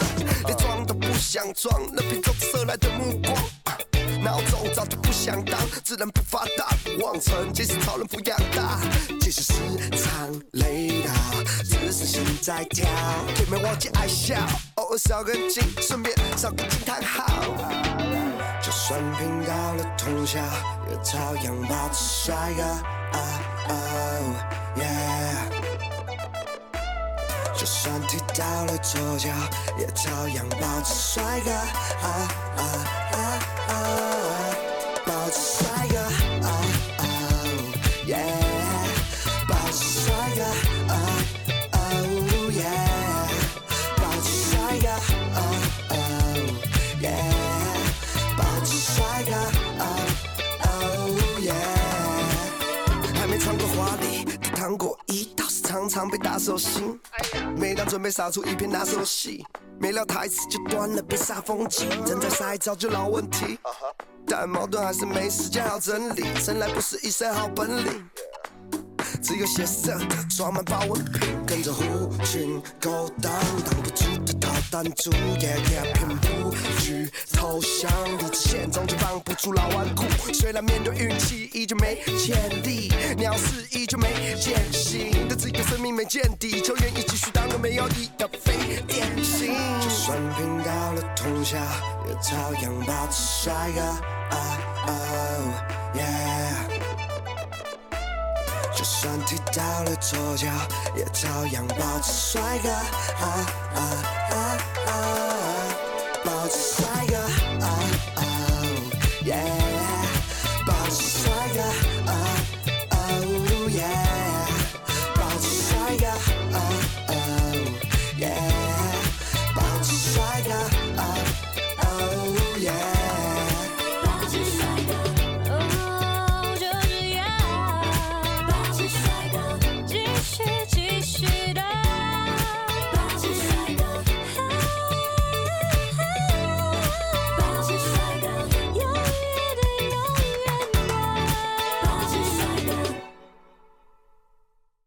S5: 连装都不想装，那瓶中射来的目光。啊闹钟早就不想当，自然不发达，不望尘。即使超人抚养大，即使时常累倒，只是心在跳，也没忘记爱笑。偶尔少根筋，顺便少个惊叹号。就算拼到了通宵，也照样保持帅哥。啊哦耶！就算踢到了左脚，也照样保持帅哥。啊啊啊啊！保持帅哥。啊啊，yeah！保持帅哥。啊啊，yeah！保持帅哥。啊啊，yeah！保持帅哥。啊啊，yeah！还没尝过华丽的糖果，一倒是常常被打手心。每当准备杀出一片拿手戏，没聊台词就端了杯煞风景，正在晒早就老问题，但矛盾还是没时间好整理，生来不是一身好本领。只有血色的装满保温瓶，跟着狐群勾当，挡不住的逃单主也也骗不去投降。理智线终究绑不住老顽固，虽然面对运气依旧没潜力，鸟事依旧没见性，但只有生命没见底，就愿意继续当个没有意义的非典型。就算拼到了通宵，也照样保持帅哥。啊哦耶！就算踢到了左脚，也照样保持帅哥。啊啊啊哦啊哦啊哦